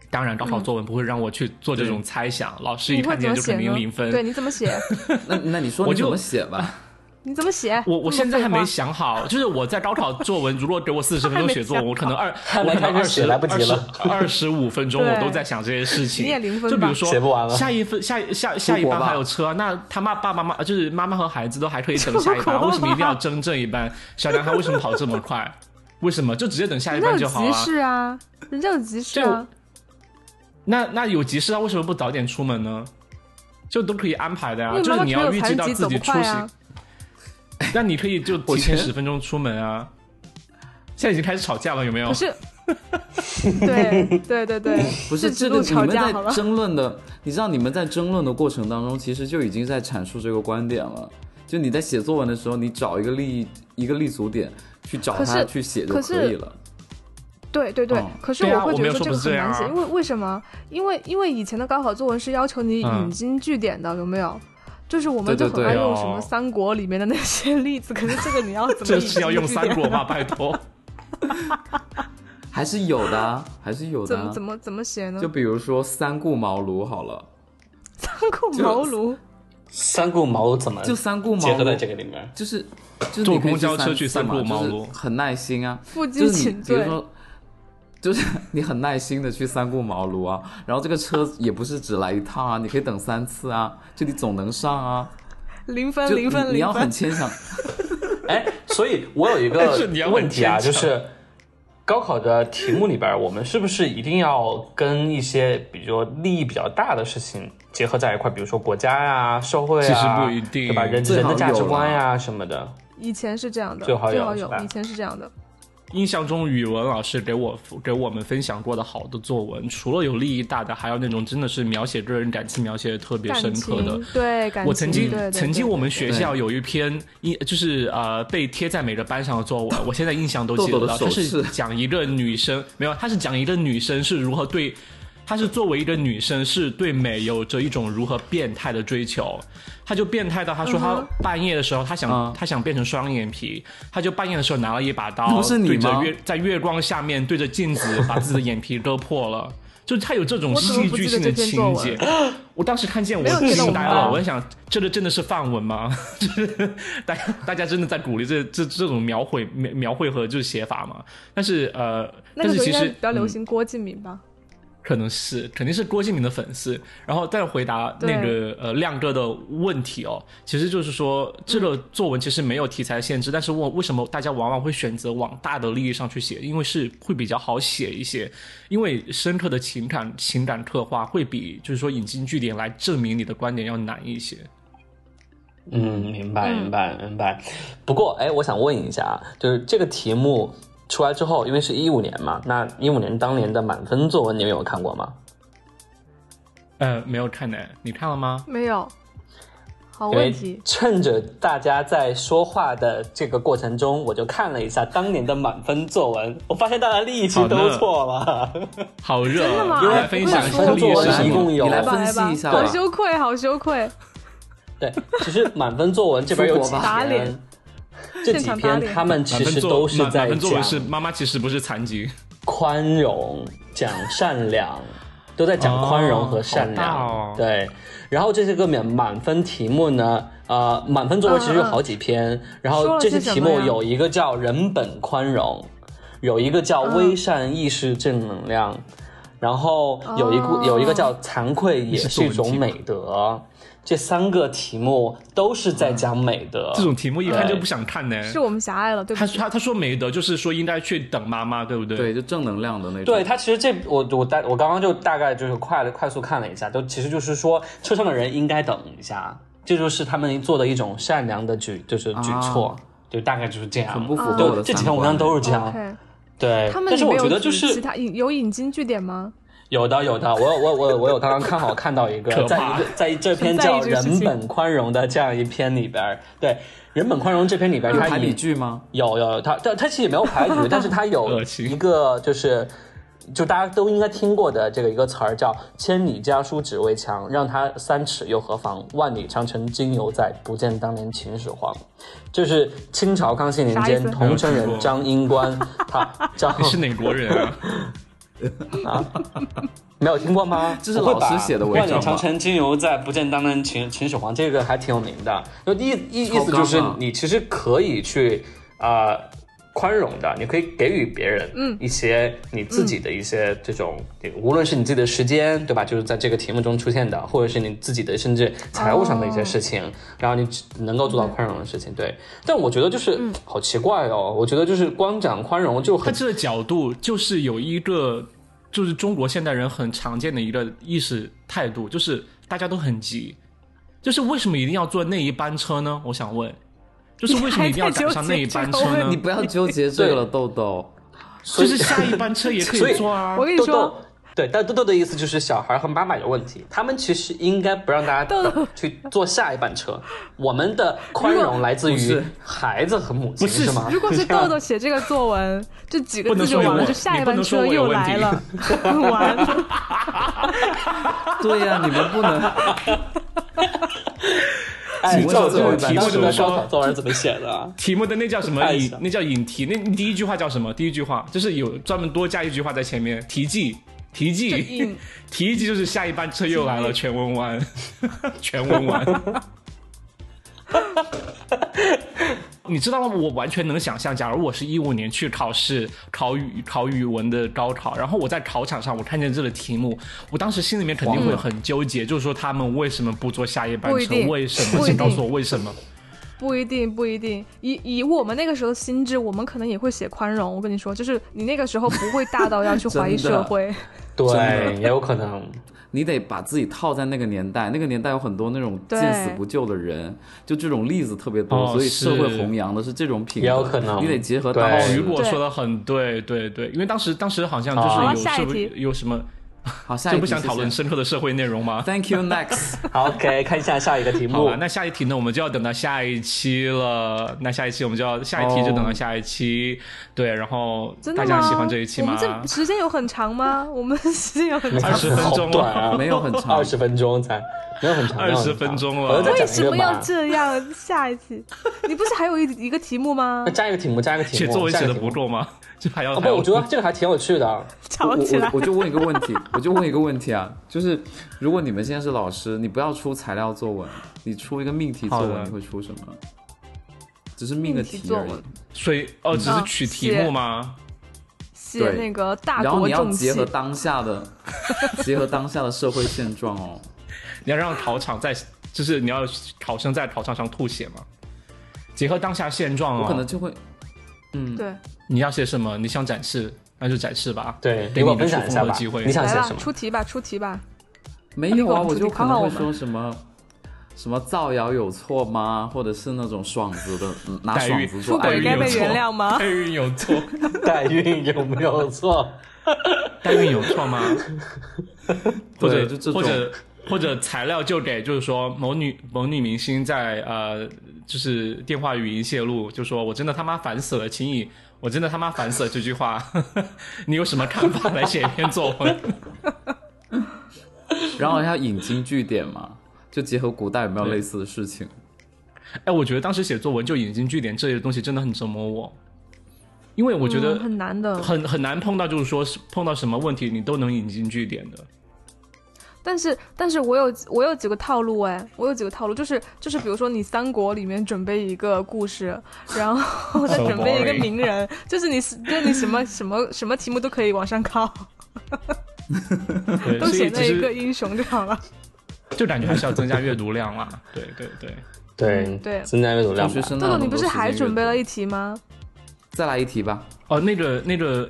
[SPEAKER 1] 当然，高考作文不会让我去做这种猜想，老师一
[SPEAKER 3] 嗯你会
[SPEAKER 1] 看
[SPEAKER 3] 怎
[SPEAKER 1] 见
[SPEAKER 3] 么
[SPEAKER 1] 就
[SPEAKER 3] 写
[SPEAKER 1] 肯定
[SPEAKER 3] 呢
[SPEAKER 1] 零？分。
[SPEAKER 3] 对，你怎么写？
[SPEAKER 2] 那那你说
[SPEAKER 1] 我
[SPEAKER 2] 你
[SPEAKER 1] 就
[SPEAKER 2] 怎么写吧？
[SPEAKER 3] (laughs) 你怎么写？
[SPEAKER 1] 我我
[SPEAKER 3] 这么
[SPEAKER 1] 现在
[SPEAKER 3] 废
[SPEAKER 1] 还没
[SPEAKER 3] (laughs) 话
[SPEAKER 1] 想好，就是我在高考作文，如果给我四十分钟写作文，我可能二，
[SPEAKER 4] 还没
[SPEAKER 1] 我可能
[SPEAKER 4] 开
[SPEAKER 1] 二
[SPEAKER 4] 始写
[SPEAKER 1] 十
[SPEAKER 4] 来不及了
[SPEAKER 1] 二十五分钟我
[SPEAKER 3] 对
[SPEAKER 1] 都在想这些事情。
[SPEAKER 3] 你也零分
[SPEAKER 1] 就比
[SPEAKER 3] 吧
[SPEAKER 1] 如说
[SPEAKER 4] 写不完了
[SPEAKER 1] 下一分下下下一
[SPEAKER 2] 出国
[SPEAKER 1] 班
[SPEAKER 2] 吧
[SPEAKER 1] 还有车，那他妈爸爸妈妈就是妈妈和孩子都还可以等下一
[SPEAKER 3] 出
[SPEAKER 1] 班，
[SPEAKER 3] 国吧
[SPEAKER 1] 为什么一定要争这一班？小男孩为什么跑这么快？为什么就直接等下一
[SPEAKER 3] 人家
[SPEAKER 1] 班
[SPEAKER 3] 有
[SPEAKER 1] 就好
[SPEAKER 3] 急
[SPEAKER 1] 啊？
[SPEAKER 3] 事啊，人家有急事
[SPEAKER 1] 这
[SPEAKER 3] 啊
[SPEAKER 1] 我。那那有急事，他为什么不早点出门呢？就都可以安排的呀、
[SPEAKER 3] 因为
[SPEAKER 1] 啊就
[SPEAKER 3] 妈
[SPEAKER 1] 是
[SPEAKER 3] 妈
[SPEAKER 1] 你
[SPEAKER 3] 腿
[SPEAKER 1] 要
[SPEAKER 3] 有
[SPEAKER 1] 预
[SPEAKER 3] 残
[SPEAKER 1] 计到
[SPEAKER 3] 疾，
[SPEAKER 1] 自
[SPEAKER 3] 走
[SPEAKER 1] 己
[SPEAKER 3] 不
[SPEAKER 1] 出
[SPEAKER 3] 快
[SPEAKER 1] 行
[SPEAKER 3] 啊。
[SPEAKER 1] 那你可以就提
[SPEAKER 2] 我觉
[SPEAKER 1] 前
[SPEAKER 2] 得
[SPEAKER 1] 十分钟出门啊。现在已经开始吵架了，有没有
[SPEAKER 3] 可？是，
[SPEAKER 1] 哦
[SPEAKER 3] (laughs) 对对
[SPEAKER 1] (laughs)
[SPEAKER 3] 对对，
[SPEAKER 2] 不是这
[SPEAKER 3] 这路
[SPEAKER 2] 个你
[SPEAKER 3] 吵
[SPEAKER 2] 们
[SPEAKER 3] 架好
[SPEAKER 2] 在
[SPEAKER 3] 了。
[SPEAKER 2] 争论的，你知道你们在争论的过程当中，其实就已经在阐述这个观点了。就你在写作文的时候，你找一个立意一个立足点去找
[SPEAKER 3] 可
[SPEAKER 2] 它
[SPEAKER 3] 是
[SPEAKER 2] 去写就
[SPEAKER 3] 可
[SPEAKER 2] 可
[SPEAKER 3] 是
[SPEAKER 2] 以了。
[SPEAKER 3] 对对对
[SPEAKER 2] 嗯，
[SPEAKER 3] 可是
[SPEAKER 1] 对啊
[SPEAKER 3] 我会
[SPEAKER 1] 我
[SPEAKER 3] 觉
[SPEAKER 1] 没
[SPEAKER 3] 得
[SPEAKER 1] 有说
[SPEAKER 3] 说这
[SPEAKER 1] 不
[SPEAKER 3] 个
[SPEAKER 1] 是
[SPEAKER 3] 很
[SPEAKER 1] 这样
[SPEAKER 3] 难
[SPEAKER 1] 啊
[SPEAKER 3] 写，因为为什么？因为因为以前的高考作文是要求你
[SPEAKER 1] 嗯
[SPEAKER 3] 引经据典的，有没有？就是我们
[SPEAKER 2] 对
[SPEAKER 3] 就
[SPEAKER 2] 对对
[SPEAKER 3] 很爱用
[SPEAKER 1] 哦
[SPEAKER 3] 什么三国里面的那些例子，可是这个你要怎
[SPEAKER 1] (laughs)
[SPEAKER 3] 么
[SPEAKER 1] 这
[SPEAKER 3] 引
[SPEAKER 1] 是要
[SPEAKER 3] 经
[SPEAKER 1] 用
[SPEAKER 3] 据
[SPEAKER 1] 三
[SPEAKER 3] 典
[SPEAKER 1] 国
[SPEAKER 3] 呢
[SPEAKER 1] 吗？拜托，
[SPEAKER 2] 还是有的、啊，还是有的、
[SPEAKER 3] 怎
[SPEAKER 2] 啊
[SPEAKER 3] 么。怎么怎么写呢
[SPEAKER 2] 就？比如说三顾茅庐好了，
[SPEAKER 3] 三顾
[SPEAKER 2] 就
[SPEAKER 3] 茅庐，
[SPEAKER 4] 三顾茅庐怎么
[SPEAKER 1] 哎
[SPEAKER 2] 就三顾茅
[SPEAKER 4] 结合在这
[SPEAKER 2] 庐，
[SPEAKER 4] 个里面？
[SPEAKER 2] 就是就是
[SPEAKER 1] 坐
[SPEAKER 2] 你可以
[SPEAKER 1] 公交车去
[SPEAKER 2] 去
[SPEAKER 1] 三
[SPEAKER 2] 次嘛
[SPEAKER 1] 顾茅庐
[SPEAKER 2] 就是很耐心啊。
[SPEAKER 3] 腹
[SPEAKER 2] 就
[SPEAKER 3] 肌
[SPEAKER 2] 是你
[SPEAKER 3] 请
[SPEAKER 2] 比如
[SPEAKER 3] 罪。
[SPEAKER 2] 说，就是 (laughs) 你很耐心的去三顾茅庐啊，然后这个车也不是只来一趟啊，你可以等三次啊，就你总能上啊。
[SPEAKER 3] 零分
[SPEAKER 2] 就
[SPEAKER 3] 零分
[SPEAKER 2] 你你
[SPEAKER 3] 零
[SPEAKER 2] 要很
[SPEAKER 3] 分， (laughs)
[SPEAKER 2] 牵强，
[SPEAKER 4] 哎，所以我有一
[SPEAKER 1] 但
[SPEAKER 4] 个
[SPEAKER 1] 是你要很
[SPEAKER 4] 问题啊，
[SPEAKER 1] 坚强
[SPEAKER 4] 就是高考的题目里边儿，我们是不是一定要跟一些比如说利益比较大的事情结合在一块儿？比如说国家呀、社会啊，
[SPEAKER 1] 其实不一定
[SPEAKER 4] 对吧？人
[SPEAKER 2] 最
[SPEAKER 4] 人
[SPEAKER 2] 好
[SPEAKER 4] 的价值
[SPEAKER 2] 有
[SPEAKER 4] 观
[SPEAKER 2] 了
[SPEAKER 4] 呀、什么的。
[SPEAKER 3] 以前是这样的，
[SPEAKER 4] 最
[SPEAKER 3] 最
[SPEAKER 4] 好有
[SPEAKER 3] 好
[SPEAKER 4] 是
[SPEAKER 3] 有
[SPEAKER 4] 吧，
[SPEAKER 3] 以前是这样的。
[SPEAKER 1] 印象中语文老师给我给我们分享过的好的作文，除了有利益大的，还有那种真的是描写个人感情描写的特别
[SPEAKER 3] 感
[SPEAKER 1] 深刻的
[SPEAKER 3] 情。对感情，
[SPEAKER 1] 我曾经
[SPEAKER 3] 对对
[SPEAKER 1] 曾
[SPEAKER 3] 对
[SPEAKER 1] 经我们
[SPEAKER 3] 对
[SPEAKER 1] 学校有一篇印就是呃被贴在每个班上的作文，我现在印象都记
[SPEAKER 2] 豆
[SPEAKER 1] 得
[SPEAKER 2] 豆的
[SPEAKER 1] 到，
[SPEAKER 2] 手
[SPEAKER 1] 它是
[SPEAKER 2] 势
[SPEAKER 1] 讲一个女生，没有，它是讲一个女生是如何对，她是作为一个女生是对美有着一种如何变态的追求，她就变态到她说她
[SPEAKER 3] 嗯
[SPEAKER 1] 半夜的时候她想
[SPEAKER 2] 嗯
[SPEAKER 1] 她想变成双眼皮，她就半夜的时候拿了一把刀，
[SPEAKER 2] 那不是你
[SPEAKER 1] 对着
[SPEAKER 2] 吗
[SPEAKER 1] 月在月光下面对着镜子把自己的眼皮割破了。 (laughs) 就她有这种
[SPEAKER 3] 我怎么
[SPEAKER 1] 戏
[SPEAKER 3] 不
[SPEAKER 1] 剧
[SPEAKER 3] 记得
[SPEAKER 1] 性的
[SPEAKER 3] 这篇
[SPEAKER 1] 情
[SPEAKER 3] 作
[SPEAKER 1] 节
[SPEAKER 3] 文，
[SPEAKER 1] 我当时看见我
[SPEAKER 3] 没有见到
[SPEAKER 1] 惊
[SPEAKER 3] 我
[SPEAKER 1] 呆
[SPEAKER 3] 妈
[SPEAKER 1] 了，我在想，这个真的是范文吗？ (laughs) 就是大家大家真的在鼓励这这这种描绘描描绘和就是写法吗？但是呃，
[SPEAKER 3] 那
[SPEAKER 1] 但
[SPEAKER 3] 个
[SPEAKER 1] 是
[SPEAKER 3] 时候
[SPEAKER 1] 其
[SPEAKER 3] 应该
[SPEAKER 1] 实嗯
[SPEAKER 3] 比较流行郭敬明吧？
[SPEAKER 1] 可能是肯定是郭敬明的粉丝。然后再回答那个呃亮哥的问题哦，其实就是说这个作文其实没有题材限制，但是我为什么大家往往会选择往大的利益上去写？因为是会比较好写一些，因为深刻的情感情感刻画会比就是说引经据典来证明你的观点要难一些。
[SPEAKER 4] 嗯，明白，
[SPEAKER 3] 嗯
[SPEAKER 4] 明白，明白。不过，哎，我想问一下啊，就是这个题目出来之后，因为是一五年嘛，那一五年当年的满分作文你们有看过吗？
[SPEAKER 1] 呃，没有看呢，你看了吗？
[SPEAKER 3] 没有，好
[SPEAKER 4] 因为
[SPEAKER 3] 哦问题。
[SPEAKER 4] 趁着大家在说话的这个过程中，我就看了一下当年的满分作文，我发现大家利益其实都错了。 (laughs)
[SPEAKER 1] 好热，
[SPEAKER 3] 真的吗
[SPEAKER 1] 又
[SPEAKER 3] 因为
[SPEAKER 1] 来分享一
[SPEAKER 3] 不会
[SPEAKER 1] 下
[SPEAKER 3] 说
[SPEAKER 1] 历
[SPEAKER 3] 我
[SPEAKER 1] 史
[SPEAKER 4] 是一
[SPEAKER 1] 什么
[SPEAKER 4] 共有
[SPEAKER 2] 你来
[SPEAKER 3] 来吧
[SPEAKER 2] 分
[SPEAKER 3] 来吧
[SPEAKER 2] 析一下吧
[SPEAKER 3] 好。羞愧，好羞愧！
[SPEAKER 4] 对，其实满分作文这边有几
[SPEAKER 2] 出国吧
[SPEAKER 3] 打脸
[SPEAKER 4] 篇，这
[SPEAKER 3] 现
[SPEAKER 4] 几
[SPEAKER 3] 场打
[SPEAKER 4] 篇
[SPEAKER 3] 脸
[SPEAKER 4] 他们
[SPEAKER 1] 满
[SPEAKER 4] 其
[SPEAKER 1] 分
[SPEAKER 4] 实
[SPEAKER 1] 作
[SPEAKER 4] 都是
[SPEAKER 1] 满
[SPEAKER 4] 在
[SPEAKER 1] 满分作文
[SPEAKER 4] 讲
[SPEAKER 1] 是妈妈其实不是残疾，
[SPEAKER 4] 宽容、讲善良，都在讲宽容
[SPEAKER 1] 哦
[SPEAKER 4] 和善良。
[SPEAKER 1] 好大哦
[SPEAKER 4] 对，然后这些个满满分题目呢，呃，满分作文其实有
[SPEAKER 3] 嗯嗯
[SPEAKER 4] 好几篇，然
[SPEAKER 3] 说
[SPEAKER 4] 后
[SPEAKER 3] 了
[SPEAKER 4] 这些
[SPEAKER 3] 些什
[SPEAKER 4] 题
[SPEAKER 3] 么
[SPEAKER 4] 目
[SPEAKER 3] 呀
[SPEAKER 4] 有一个叫人本宽容，有一个叫微
[SPEAKER 3] 嗯
[SPEAKER 4] 善意识正能量。然后有一个、
[SPEAKER 3] 哦
[SPEAKER 4] 有一个叫惭愧也
[SPEAKER 1] 是
[SPEAKER 4] 是一
[SPEAKER 1] 作文
[SPEAKER 4] 种
[SPEAKER 1] 题吗
[SPEAKER 4] 美德，这三个题目都是在讲美德。
[SPEAKER 1] 这种题目一看就不想看呢。
[SPEAKER 3] 是我们狭隘了，对不
[SPEAKER 1] 他
[SPEAKER 3] 起。
[SPEAKER 1] 他他说没得，就是说应该去等妈妈，对不对？
[SPEAKER 2] 对，就正能量的那种。
[SPEAKER 4] 对，他其实这我我大我刚刚就大概就是快了快速看了一下，都其实就是说车上的人应该等一下，这就是他们做的一种善良的举就是举措，
[SPEAKER 2] 啊
[SPEAKER 4] 就大概就是这样。
[SPEAKER 2] 很不符
[SPEAKER 3] 啊
[SPEAKER 2] 合我
[SPEAKER 4] 就
[SPEAKER 2] 的
[SPEAKER 4] 这几
[SPEAKER 2] 三
[SPEAKER 4] 篇文
[SPEAKER 2] 观
[SPEAKER 4] 章都是这样，
[SPEAKER 1] 哎
[SPEAKER 3] OK，
[SPEAKER 4] 对。
[SPEAKER 3] 他们
[SPEAKER 4] 但
[SPEAKER 3] 里
[SPEAKER 4] 是我
[SPEAKER 3] 面
[SPEAKER 4] 觉得
[SPEAKER 3] 有
[SPEAKER 4] 就
[SPEAKER 3] 举其
[SPEAKER 4] 是
[SPEAKER 3] 他引有引经据典吗？
[SPEAKER 4] 有的有的，我有我有我有我有刚刚看好看到一
[SPEAKER 1] 可
[SPEAKER 4] 个，在
[SPEAKER 1] 怕
[SPEAKER 4] 一个在这篇
[SPEAKER 3] 很在意
[SPEAKER 4] 叫《
[SPEAKER 3] 这个事
[SPEAKER 4] 人
[SPEAKER 3] 情
[SPEAKER 4] 本宽容》的这样一篇里边儿，对《人本宽容》这篇里边儿，
[SPEAKER 2] 有
[SPEAKER 4] 它
[SPEAKER 2] 排
[SPEAKER 4] 以
[SPEAKER 2] 比句
[SPEAKER 4] (laughs)
[SPEAKER 2] 吗？
[SPEAKER 4] 有有有，他他他其实也没有排局，但是
[SPEAKER 3] (laughs)
[SPEAKER 4] 他有
[SPEAKER 1] 恶心
[SPEAKER 4] 一个就是，就大家都应该听过的这个一个词儿叫“千里家书只为墙，让他三尺又何妨？万里长城今犹在，不见当年秦始皇。”就是清朝康熙年
[SPEAKER 3] 啥意
[SPEAKER 4] 间
[SPEAKER 3] 思
[SPEAKER 4] 桐城
[SPEAKER 1] 没有听过
[SPEAKER 4] 人张英官，他
[SPEAKER 3] (laughs)
[SPEAKER 4] 张
[SPEAKER 1] 你是哪国人啊？
[SPEAKER 4] 没有听过吗？
[SPEAKER 2] (laughs) 这是老师写的文章吧
[SPEAKER 4] 万里长城今犹在，不见当年秦秦始皇。这个还挺有名的，就意意意思就是
[SPEAKER 2] 超纲啊
[SPEAKER 4] 你其实可以去啊、呃宽容的，你可以给予别人
[SPEAKER 3] 嗯
[SPEAKER 4] 一些你自己的一些这种，无论是你自己的时间，对吧？就是在这个题目中出现的，或者是你自己的甚至财务上的一些事情，然后你只能够做到宽容的事情。对，但我觉得就是、好奇怪哦，我觉得就是光讲宽容就
[SPEAKER 1] 他
[SPEAKER 4] 很
[SPEAKER 1] 这个角度就是有一个，就是中国现代人很常见的一个意识态度，就是大家都很急，就是为什么一定要坐那一班车呢？我想问，就是为什么一定要赶上那一班车
[SPEAKER 3] 你还在纠结这个
[SPEAKER 1] 呢
[SPEAKER 3] 问
[SPEAKER 2] 你？不要纠结这个了，豆豆。
[SPEAKER 1] 就是下一班车也可
[SPEAKER 4] 所
[SPEAKER 1] 以
[SPEAKER 4] 以
[SPEAKER 1] 坐啊
[SPEAKER 3] 我。跟你
[SPEAKER 4] 豆
[SPEAKER 3] 说
[SPEAKER 4] 豆，，对，但豆豆的意思就是小孩和妈妈有问题，他们其实应该不让大家等去坐下一班车。我们的宽容来自
[SPEAKER 2] 不
[SPEAKER 4] 于
[SPEAKER 2] 是
[SPEAKER 4] 孩子和母亲，
[SPEAKER 1] 不是
[SPEAKER 4] 吗？
[SPEAKER 3] 如
[SPEAKER 1] (laughs)
[SPEAKER 3] 果是
[SPEAKER 4] 这样
[SPEAKER 3] 豆豆写这个作文，这几个字就
[SPEAKER 1] 啊不能说
[SPEAKER 3] 完了，
[SPEAKER 1] 我
[SPEAKER 3] 就下一
[SPEAKER 1] 你不
[SPEAKER 3] 班
[SPEAKER 1] 能说
[SPEAKER 3] 车
[SPEAKER 1] 我有
[SPEAKER 3] 又
[SPEAKER 1] 问题
[SPEAKER 3] 来了，
[SPEAKER 1] (laughs)
[SPEAKER 3] 完了。 (laughs)
[SPEAKER 2] 对呀、你们不能。
[SPEAKER 4] 哎，
[SPEAKER 2] 请问
[SPEAKER 4] 赵
[SPEAKER 2] 这
[SPEAKER 4] 总，
[SPEAKER 2] 种
[SPEAKER 4] 当
[SPEAKER 2] 题目
[SPEAKER 4] 时
[SPEAKER 1] 怎么
[SPEAKER 4] 的高
[SPEAKER 1] 说
[SPEAKER 4] 考作文怎么写
[SPEAKER 1] (laughs)
[SPEAKER 4] 的啊？
[SPEAKER 1] 题目的那叫什么
[SPEAKER 4] 太
[SPEAKER 1] 引
[SPEAKER 4] 傻？
[SPEAKER 1] 那叫引题。那你第一句话叫什么？第一句话就是有专门多加一句话在前面，题记，题
[SPEAKER 3] 就
[SPEAKER 1] 记
[SPEAKER 3] 引，
[SPEAKER 1] 题记就是下一班车又来了，全文完， (laughs) 全文
[SPEAKER 3] (laughs)
[SPEAKER 1] 完。你知道吗？我完全能想象，假如我是一五年去考试考语考语文的高考，然后我在考场上我看见这个题目，我当时心里面肯定会很纠结，就是说他们为什么不坐下一班
[SPEAKER 3] 不一
[SPEAKER 1] 车？
[SPEAKER 3] 定
[SPEAKER 1] 为什么？
[SPEAKER 3] 不一
[SPEAKER 1] 请告
[SPEAKER 3] 定
[SPEAKER 1] 诉我为什么？
[SPEAKER 3] 不一定，不一定。以以我们那个时候的心智，我们可能也会写宽容。我跟你说，就是你那个时候不会大到要去怀疑
[SPEAKER 2] 真
[SPEAKER 3] 社
[SPEAKER 2] 的
[SPEAKER 3] 会。
[SPEAKER 2] 真
[SPEAKER 4] 对，也有可能。
[SPEAKER 2] 你得把自己套在那个年代，那个年代有很多那种
[SPEAKER 3] 对
[SPEAKER 2] 见死不救的人，就这种例子特别多，
[SPEAKER 1] 哦
[SPEAKER 2] 所以
[SPEAKER 1] 是
[SPEAKER 2] 社会弘扬的是这种品德。
[SPEAKER 4] 也有可能
[SPEAKER 2] 你得结合当
[SPEAKER 4] 对
[SPEAKER 1] 哦，
[SPEAKER 2] 时
[SPEAKER 1] 雨。果说的很对，对对，因为当时当时好像就
[SPEAKER 4] 好
[SPEAKER 1] 是有
[SPEAKER 3] 哦下
[SPEAKER 1] 社
[SPEAKER 3] 一
[SPEAKER 1] 会
[SPEAKER 3] 题
[SPEAKER 1] 有什么
[SPEAKER 2] 好，下一
[SPEAKER 1] 就
[SPEAKER 2] 题
[SPEAKER 1] 不想讨论
[SPEAKER 2] 谢
[SPEAKER 1] 深刻的社会内容吗
[SPEAKER 2] 谢？Thank you
[SPEAKER 1] (laughs)
[SPEAKER 2] next。
[SPEAKER 4] 好，OK，看一下下一个题
[SPEAKER 1] 好
[SPEAKER 4] 目
[SPEAKER 1] 吧，。
[SPEAKER 4] (laughs)
[SPEAKER 1] 那下一题呢，我们就要等到下一期了。那下一期我们就要下一题就等到下一期，对，然后
[SPEAKER 3] 真的
[SPEAKER 1] 大
[SPEAKER 3] 吗？
[SPEAKER 1] 家喜欢这一期
[SPEAKER 3] 哎我
[SPEAKER 1] 吗
[SPEAKER 3] 们？这时间有很长吗？我们时间有很
[SPEAKER 1] 二
[SPEAKER 3] 长。
[SPEAKER 1] 十分钟
[SPEAKER 4] 好短
[SPEAKER 1] 了，
[SPEAKER 4] 啊，
[SPEAKER 2] 没有很长
[SPEAKER 4] 二十分钟才，没有很长，没有很长
[SPEAKER 1] 20分钟了
[SPEAKER 4] 我又再
[SPEAKER 3] 为
[SPEAKER 4] 讲
[SPEAKER 3] 什
[SPEAKER 4] 一个
[SPEAKER 3] 么要
[SPEAKER 4] 吧。
[SPEAKER 3] 这样？下一期，你不是还有一一个题目吗
[SPEAKER 4] 那？加一个题目，加一个题
[SPEAKER 1] 写
[SPEAKER 4] 目，
[SPEAKER 1] 作文
[SPEAKER 4] 加
[SPEAKER 1] 写
[SPEAKER 4] 一
[SPEAKER 1] 的
[SPEAKER 4] 个
[SPEAKER 1] 不
[SPEAKER 4] 题目。
[SPEAKER 1] 够吗？这还要
[SPEAKER 4] 哦
[SPEAKER 1] 还
[SPEAKER 4] 不，
[SPEAKER 1] 要
[SPEAKER 4] 我觉得这个还挺有趣的。啊
[SPEAKER 2] 我
[SPEAKER 3] 吵起
[SPEAKER 2] 我
[SPEAKER 3] 来
[SPEAKER 2] 我。就问一个问题， (laughs) 我就问一个问题啊，就是如果你们现在是老师，你不要出材料作文，你出一个命题作
[SPEAKER 1] 好的
[SPEAKER 2] 文，你会出什么？只是命个
[SPEAKER 3] 命题
[SPEAKER 2] 题
[SPEAKER 3] 作
[SPEAKER 2] 而已
[SPEAKER 3] 文。
[SPEAKER 1] (laughs) 所以哦，只是
[SPEAKER 3] 嗯
[SPEAKER 1] 取题目吗？
[SPEAKER 3] 写
[SPEAKER 2] 对
[SPEAKER 3] 那个大
[SPEAKER 2] 然后
[SPEAKER 3] 国
[SPEAKER 2] 你要
[SPEAKER 3] 重器
[SPEAKER 2] 结。合当下的，
[SPEAKER 3] (laughs)
[SPEAKER 2] 结合当下的社会现状哦。
[SPEAKER 1] 你要让考场在，就是你要考生在考场上吐血吗？结合当下现状哦，
[SPEAKER 2] 我可能就会，嗯，
[SPEAKER 3] 对，
[SPEAKER 1] 你要写什么？你想展示，那就展示吧。 (laughs)
[SPEAKER 4] 对，
[SPEAKER 1] 给
[SPEAKER 4] 给
[SPEAKER 1] 你
[SPEAKER 4] 我
[SPEAKER 1] 一个
[SPEAKER 4] 分
[SPEAKER 1] 出
[SPEAKER 4] 享一下
[SPEAKER 1] 风的
[SPEAKER 4] 吧。
[SPEAKER 1] 机会。
[SPEAKER 4] 你想
[SPEAKER 3] 来
[SPEAKER 4] 写
[SPEAKER 3] 吧
[SPEAKER 4] 什，么？
[SPEAKER 3] 出题吧，出题吧。
[SPEAKER 2] 没有啊，
[SPEAKER 3] 你给我们
[SPEAKER 2] 我
[SPEAKER 3] 出题
[SPEAKER 2] 就可能会
[SPEAKER 3] 考考我
[SPEAKER 2] 说什么什么造谣有错吗？或者是那种爽子的，嗯拿
[SPEAKER 1] 黛玉
[SPEAKER 2] 爽子
[SPEAKER 1] 出
[SPEAKER 2] 做
[SPEAKER 1] 轨
[SPEAKER 2] 案
[SPEAKER 3] 出轨
[SPEAKER 2] 例
[SPEAKER 3] 该被原谅吗
[SPEAKER 1] 代孕有错，
[SPEAKER 4] (laughs) 代孕有没有错？
[SPEAKER 1] 代孕有错吗？或者
[SPEAKER 2] 对就这种
[SPEAKER 1] 或者或者材料就给，就是说某女某女明星在呃，就是电话语音泄露，就说我真的他妈烦死了，请你。我真的他妈烦死了这句话， (laughs) 你有什么看法来写一篇作文？ (laughs)
[SPEAKER 2] 然后要引经据典嘛，就结合古代有没有类似的事情？
[SPEAKER 1] 哎，我觉得当时写作文就引经据典这些东西真的很折磨我，因为我觉得
[SPEAKER 3] 嗯很难的。 (laughs)
[SPEAKER 1] 很很难碰到，就是说是碰到什么问题你都能引经据典的。
[SPEAKER 3] 但是但是我有我有几个套路哎，我有几个套路，就是就是比如说你三国里面准备一个故事，然后再
[SPEAKER 1] So
[SPEAKER 3] 准备一个
[SPEAKER 1] boring
[SPEAKER 3] 名人，就是你就是你什么什么什么题目都可以往上靠，
[SPEAKER 1] 对，
[SPEAKER 3] 都
[SPEAKER 1] 所以
[SPEAKER 3] 写
[SPEAKER 1] 其
[SPEAKER 3] 那一个
[SPEAKER 1] 实
[SPEAKER 3] 英雄就好 (laughs) 了。
[SPEAKER 1] 就感觉还是要增加阅读量啦。对对对，
[SPEAKER 4] (laughs) 对
[SPEAKER 3] 嗯对
[SPEAKER 4] 增加阅读
[SPEAKER 2] 中
[SPEAKER 4] 量吧
[SPEAKER 2] 学生
[SPEAKER 3] 豆
[SPEAKER 2] 哪有
[SPEAKER 3] 豆，
[SPEAKER 2] 那
[SPEAKER 3] 你
[SPEAKER 2] 么
[SPEAKER 3] 不
[SPEAKER 2] 多
[SPEAKER 3] 是
[SPEAKER 2] 时间
[SPEAKER 3] 还
[SPEAKER 2] 阅
[SPEAKER 3] 准备
[SPEAKER 2] 读
[SPEAKER 3] 了一题吗？
[SPEAKER 2] 再来一题吧？
[SPEAKER 1] 哦，那个那个，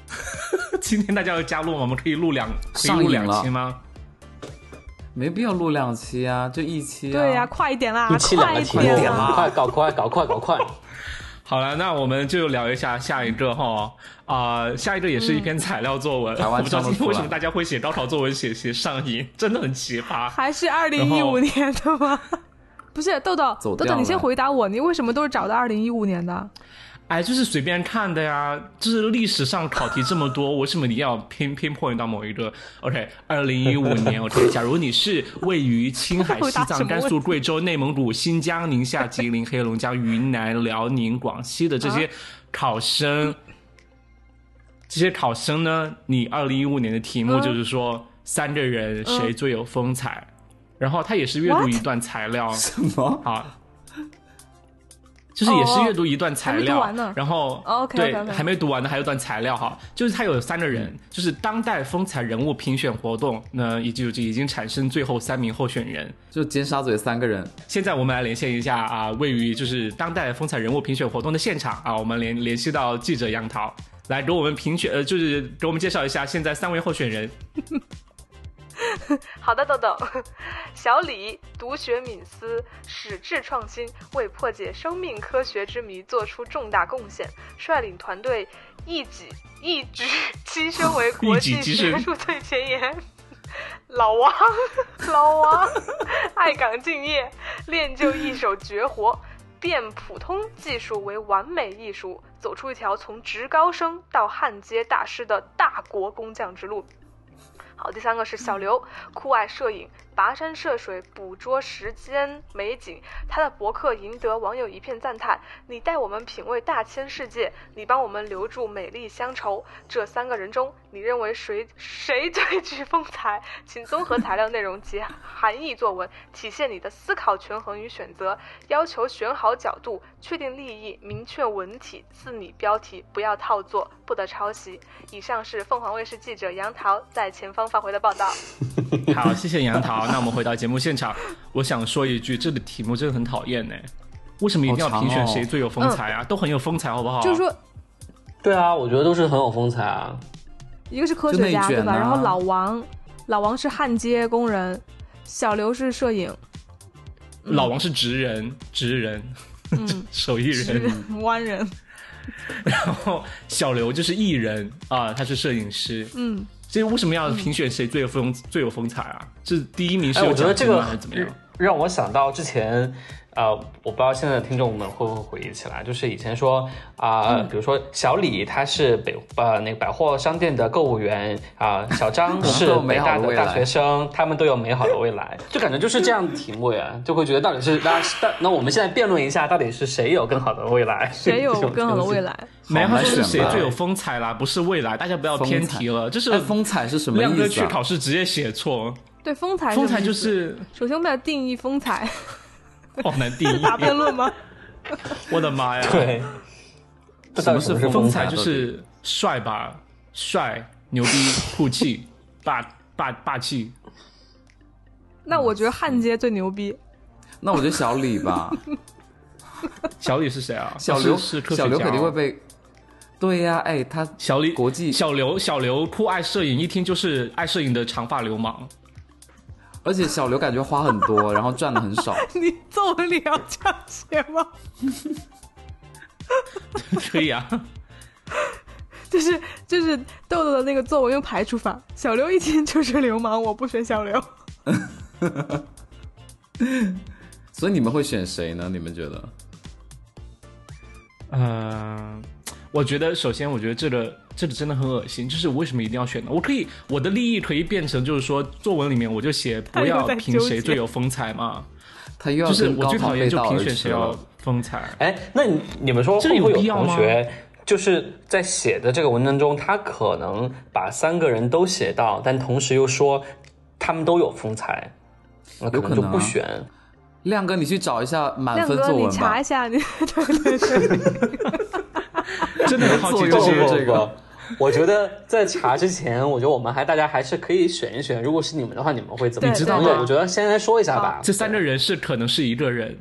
[SPEAKER 1] (laughs) 今天大家要加入吗？我们可以录两，可以
[SPEAKER 2] 上
[SPEAKER 1] 录
[SPEAKER 2] 瘾
[SPEAKER 1] 两
[SPEAKER 2] 了
[SPEAKER 1] 期吗？
[SPEAKER 2] 没必要录两期啊，就一期、啊。
[SPEAKER 3] 对呀、，快一点啦，
[SPEAKER 4] 一期两
[SPEAKER 3] 啊快
[SPEAKER 4] 个
[SPEAKER 3] 一
[SPEAKER 4] 题
[SPEAKER 2] 快
[SPEAKER 4] 目
[SPEAKER 2] 一
[SPEAKER 3] 点
[SPEAKER 2] 点
[SPEAKER 3] 啦！
[SPEAKER 2] 啦
[SPEAKER 4] 快搞快搞快搞 (laughs) 快！
[SPEAKER 1] 好了，那我们就聊一下下一个哈啊、下一个也是一篇材料作文，
[SPEAKER 2] 嗯台
[SPEAKER 1] 我
[SPEAKER 2] 湾
[SPEAKER 1] 不知道今天
[SPEAKER 2] 上得出来
[SPEAKER 1] 为什么大家会写高考作文写写上瘾，真的很奇葩。
[SPEAKER 3] 还是二零一
[SPEAKER 1] 然后
[SPEAKER 3] 五年的吗？ (laughs) 不是，豆豆，
[SPEAKER 2] 走
[SPEAKER 3] 豆
[SPEAKER 2] 掉
[SPEAKER 3] 豆，你先
[SPEAKER 2] 了
[SPEAKER 3] 回答我，你为什么都是找的二零一五年的？
[SPEAKER 1] 哎，就是随便看的呀，就是历史上考题这么多，为什么你要偏偏 point 到某一个？OK，二零一五年，OK，假如你是位于青
[SPEAKER 3] (laughs)
[SPEAKER 1] 海、西
[SPEAKER 3] 回答什
[SPEAKER 1] 藏、
[SPEAKER 3] 么
[SPEAKER 1] 甘
[SPEAKER 3] 问
[SPEAKER 1] 肃、贵州、内蒙古、新疆、宁夏、吉林、黑龙江、云南、辽宁、广西的这
[SPEAKER 3] 啊
[SPEAKER 1] 些考生，这些考生呢，你二零一五年的题目
[SPEAKER 3] 嗯
[SPEAKER 1] 就是说、三个人谁最有风采，然后他也是阅读
[SPEAKER 3] 啊 What？
[SPEAKER 1] 一段材料，
[SPEAKER 2] 什么？
[SPEAKER 1] 好，就是也是
[SPEAKER 3] 哦
[SPEAKER 1] 阅读一段材
[SPEAKER 3] 还没读
[SPEAKER 1] 料，
[SPEAKER 3] 完呢
[SPEAKER 1] 然后、
[SPEAKER 3] 哦，OK，OK，
[SPEAKER 1] 对
[SPEAKER 3] OK
[SPEAKER 1] 还没读完的还有一段材料哈，就是它有三个人，就是当代风采人物评选活动，那也就就已经产生最后三名候选人。
[SPEAKER 2] 就尖沙咀三个人，
[SPEAKER 1] 现在我们来连线一下啊，位于就是当代风采人物评选活动的现场啊，我们联联系到记者杨桃来给我们评选，呃，就是给我们介绍一下现在三位候选人。
[SPEAKER 3] 好的，豆 (laughs) 豆，小李读学敏思，矢志创新，为破解生命科学之谜做出重大贡献，率领团队一己一直 (laughs) 跻身为国
[SPEAKER 1] 一
[SPEAKER 3] 际
[SPEAKER 1] 己跻
[SPEAKER 3] 学
[SPEAKER 1] 身
[SPEAKER 3] 术最前沿。 (laughs) 老王，老王，爱岗敬业，练就一手绝活，变普通技术为完美艺术，走出一条从职高生到焊接大师的大国工匠之路。好，第三个是小刘，酷爱摄影，跋山涉水捕捉时间美景，他的博客赢得网友一片赞叹。你带我们品味大千世界，你帮我们留住美丽乡愁。这三个人中，你认为谁谁最具风采？请综合材料内容及含义作文，体现你的思考权衡与选择，要求选好角度，确定立意，明确文体，自拟标题，不要套作，不得抄袭。以上是凤凰卫视记者杨桃在前方发回的报道。
[SPEAKER 1] (laughs) 好，谢谢杨桃。那我们回到节目现场，我想说一句，这个题目真的很讨厌呢、为什么一定要
[SPEAKER 2] 哦
[SPEAKER 1] 评选谁最有风采啊？都很有风采，好不好？
[SPEAKER 3] 嗯就是说，
[SPEAKER 4] 对啊，我觉得都是很有风采啊。
[SPEAKER 3] 一个是科学家、
[SPEAKER 2] 就内
[SPEAKER 3] 对
[SPEAKER 2] 卷
[SPEAKER 3] 吧？
[SPEAKER 2] 啊
[SPEAKER 3] 然后老王，老王是焊接工人，小刘是摄影，
[SPEAKER 2] (laughs)
[SPEAKER 1] 老王是职人，职人， (laughs)
[SPEAKER 3] 嗯
[SPEAKER 1] 手艺
[SPEAKER 3] 是
[SPEAKER 1] 人。
[SPEAKER 3] 弯
[SPEAKER 2] (laughs)
[SPEAKER 3] 人，
[SPEAKER 1] 然后小刘就是艺人啊、他是摄影师。
[SPEAKER 3] 嗯，
[SPEAKER 1] 所以为什么要评选谁最有风、最有风采啊？这第一名是
[SPEAKER 4] 哎，
[SPEAKER 1] 有
[SPEAKER 4] 我觉得
[SPEAKER 1] 奖
[SPEAKER 4] 这
[SPEAKER 1] 金吗？
[SPEAKER 4] 个
[SPEAKER 1] 还是怎么样？
[SPEAKER 4] 让我想到之前，呃，我不知道现在的听众们会不会回忆起来，就是以前说啊、
[SPEAKER 1] 嗯
[SPEAKER 4] 比如说小李他是北呃那个百货商店的购物员啊、小
[SPEAKER 1] (laughs)
[SPEAKER 4] 张是
[SPEAKER 2] 都有
[SPEAKER 4] 北
[SPEAKER 2] 美
[SPEAKER 4] 大
[SPEAKER 2] 好的
[SPEAKER 4] 的
[SPEAKER 2] 未来
[SPEAKER 4] 大学生，他们都有美好的未来，就感觉就是这样的题目呀，就会觉得到底是那那那我们现在辩论一下，到底是谁有更好的未来？
[SPEAKER 3] 谁
[SPEAKER 4] (laughs)
[SPEAKER 3] 有更好的未
[SPEAKER 4] 来？
[SPEAKER 3] 来？
[SPEAKER 1] 没有，
[SPEAKER 2] 好
[SPEAKER 1] 他
[SPEAKER 2] 我们
[SPEAKER 1] 说是
[SPEAKER 2] 来
[SPEAKER 1] 谁
[SPEAKER 2] 选吧
[SPEAKER 1] 最有风采啦，不是未来，大家不要偏题了。 (laughs) 就是
[SPEAKER 2] 哎，风采是什么
[SPEAKER 1] 亮哥
[SPEAKER 2] 意
[SPEAKER 1] 去
[SPEAKER 2] 思啊？
[SPEAKER 1] 考试直接写错，
[SPEAKER 3] 对，风采什么
[SPEAKER 1] 风
[SPEAKER 3] 意思，
[SPEAKER 1] 采就是哦
[SPEAKER 3] 首先我们要定义
[SPEAKER 2] (laughs)
[SPEAKER 3] 风采，
[SPEAKER 1] 好难定义。
[SPEAKER 3] (laughs) 打辩论吗？
[SPEAKER 1] 我的妈呀！
[SPEAKER 4] 对，这到底
[SPEAKER 2] 什么是
[SPEAKER 4] 是
[SPEAKER 1] 风
[SPEAKER 2] 风
[SPEAKER 1] 采
[SPEAKER 2] 采
[SPEAKER 1] 就
[SPEAKER 2] 就是是
[SPEAKER 1] 帅吧，帅、牛
[SPEAKER 2] (laughs)
[SPEAKER 1] 逼、酷气、霸霸霸气。
[SPEAKER 3] 那我觉得焊接最牛逼， (laughs)
[SPEAKER 2] 那我觉得小
[SPEAKER 1] (laughs)
[SPEAKER 2] 李吧，
[SPEAKER 1] 小李是谁啊？
[SPEAKER 2] 小刘
[SPEAKER 1] 是科学家
[SPEAKER 2] 小刘肯定会被。对呀、哎，他
[SPEAKER 1] 小李
[SPEAKER 2] 国际
[SPEAKER 1] 小刘小刘酷爱摄影，一听就是爱摄影的长发流氓。 (laughs)
[SPEAKER 2] 而且小刘感觉花很多，然后赚的很少。 (laughs)
[SPEAKER 3] 你作文里要这样写吗？ (laughs)
[SPEAKER 1] 可以
[SPEAKER 2] (laughs)
[SPEAKER 1] 啊，
[SPEAKER 3] 就是就是豆豆的那个作文用排除法，小刘一听就是流氓，我不选小刘。
[SPEAKER 2] 所以你们会选谁呢？你们觉得？呃
[SPEAKER 1] 嗯，我觉得首先，我觉得这个这个真的很恶心，就是为什么一定要选呢？我可以我的利益可以变成就是说作文里面我就写不要
[SPEAKER 3] 他又在
[SPEAKER 1] 评谁
[SPEAKER 3] 纠结
[SPEAKER 1] 最有风采嘛，
[SPEAKER 2] 他又要
[SPEAKER 1] 就是
[SPEAKER 2] 跟
[SPEAKER 1] 我
[SPEAKER 2] 高
[SPEAKER 1] 最
[SPEAKER 2] 考
[SPEAKER 1] 讨
[SPEAKER 2] 背
[SPEAKER 1] 厌就
[SPEAKER 2] 道
[SPEAKER 1] 评
[SPEAKER 2] 而
[SPEAKER 1] 选
[SPEAKER 2] 驰
[SPEAKER 1] 谁要
[SPEAKER 2] 了。
[SPEAKER 1] 风
[SPEAKER 2] (laughs)
[SPEAKER 1] 采。
[SPEAKER 4] 哎，那你你们说
[SPEAKER 1] 这个
[SPEAKER 4] 会
[SPEAKER 1] 有
[SPEAKER 4] 不会有
[SPEAKER 1] 必要
[SPEAKER 4] 同
[SPEAKER 1] 吗
[SPEAKER 4] 学就是在写的这个文章中，他可能把三个人都写到，但同时又说。他们都有风采，那可
[SPEAKER 2] 有可
[SPEAKER 4] 就
[SPEAKER 2] 能
[SPEAKER 4] 不
[SPEAKER 2] 啊
[SPEAKER 4] (laughs) 选。
[SPEAKER 2] 亮哥，你去找一下满
[SPEAKER 3] 亮
[SPEAKER 2] 分
[SPEAKER 3] 哥，
[SPEAKER 2] 作
[SPEAKER 3] 你
[SPEAKER 2] 文吧
[SPEAKER 3] 查一。下，你 (laughs) 对对对，
[SPEAKER 1] 真的很好奇
[SPEAKER 2] 作
[SPEAKER 1] 这
[SPEAKER 2] 用
[SPEAKER 1] 些
[SPEAKER 2] 是
[SPEAKER 4] 不
[SPEAKER 2] 这个
[SPEAKER 4] (laughs) 不不我觉得在查之前，我觉得我们还大家还是可以选一选，如果是你们的话，你们会怎么
[SPEAKER 3] 对
[SPEAKER 4] 选？
[SPEAKER 1] 你知道
[SPEAKER 4] 对
[SPEAKER 1] 吗
[SPEAKER 4] 我觉得先来说一下吧。
[SPEAKER 1] 这三个人是可能是一个人，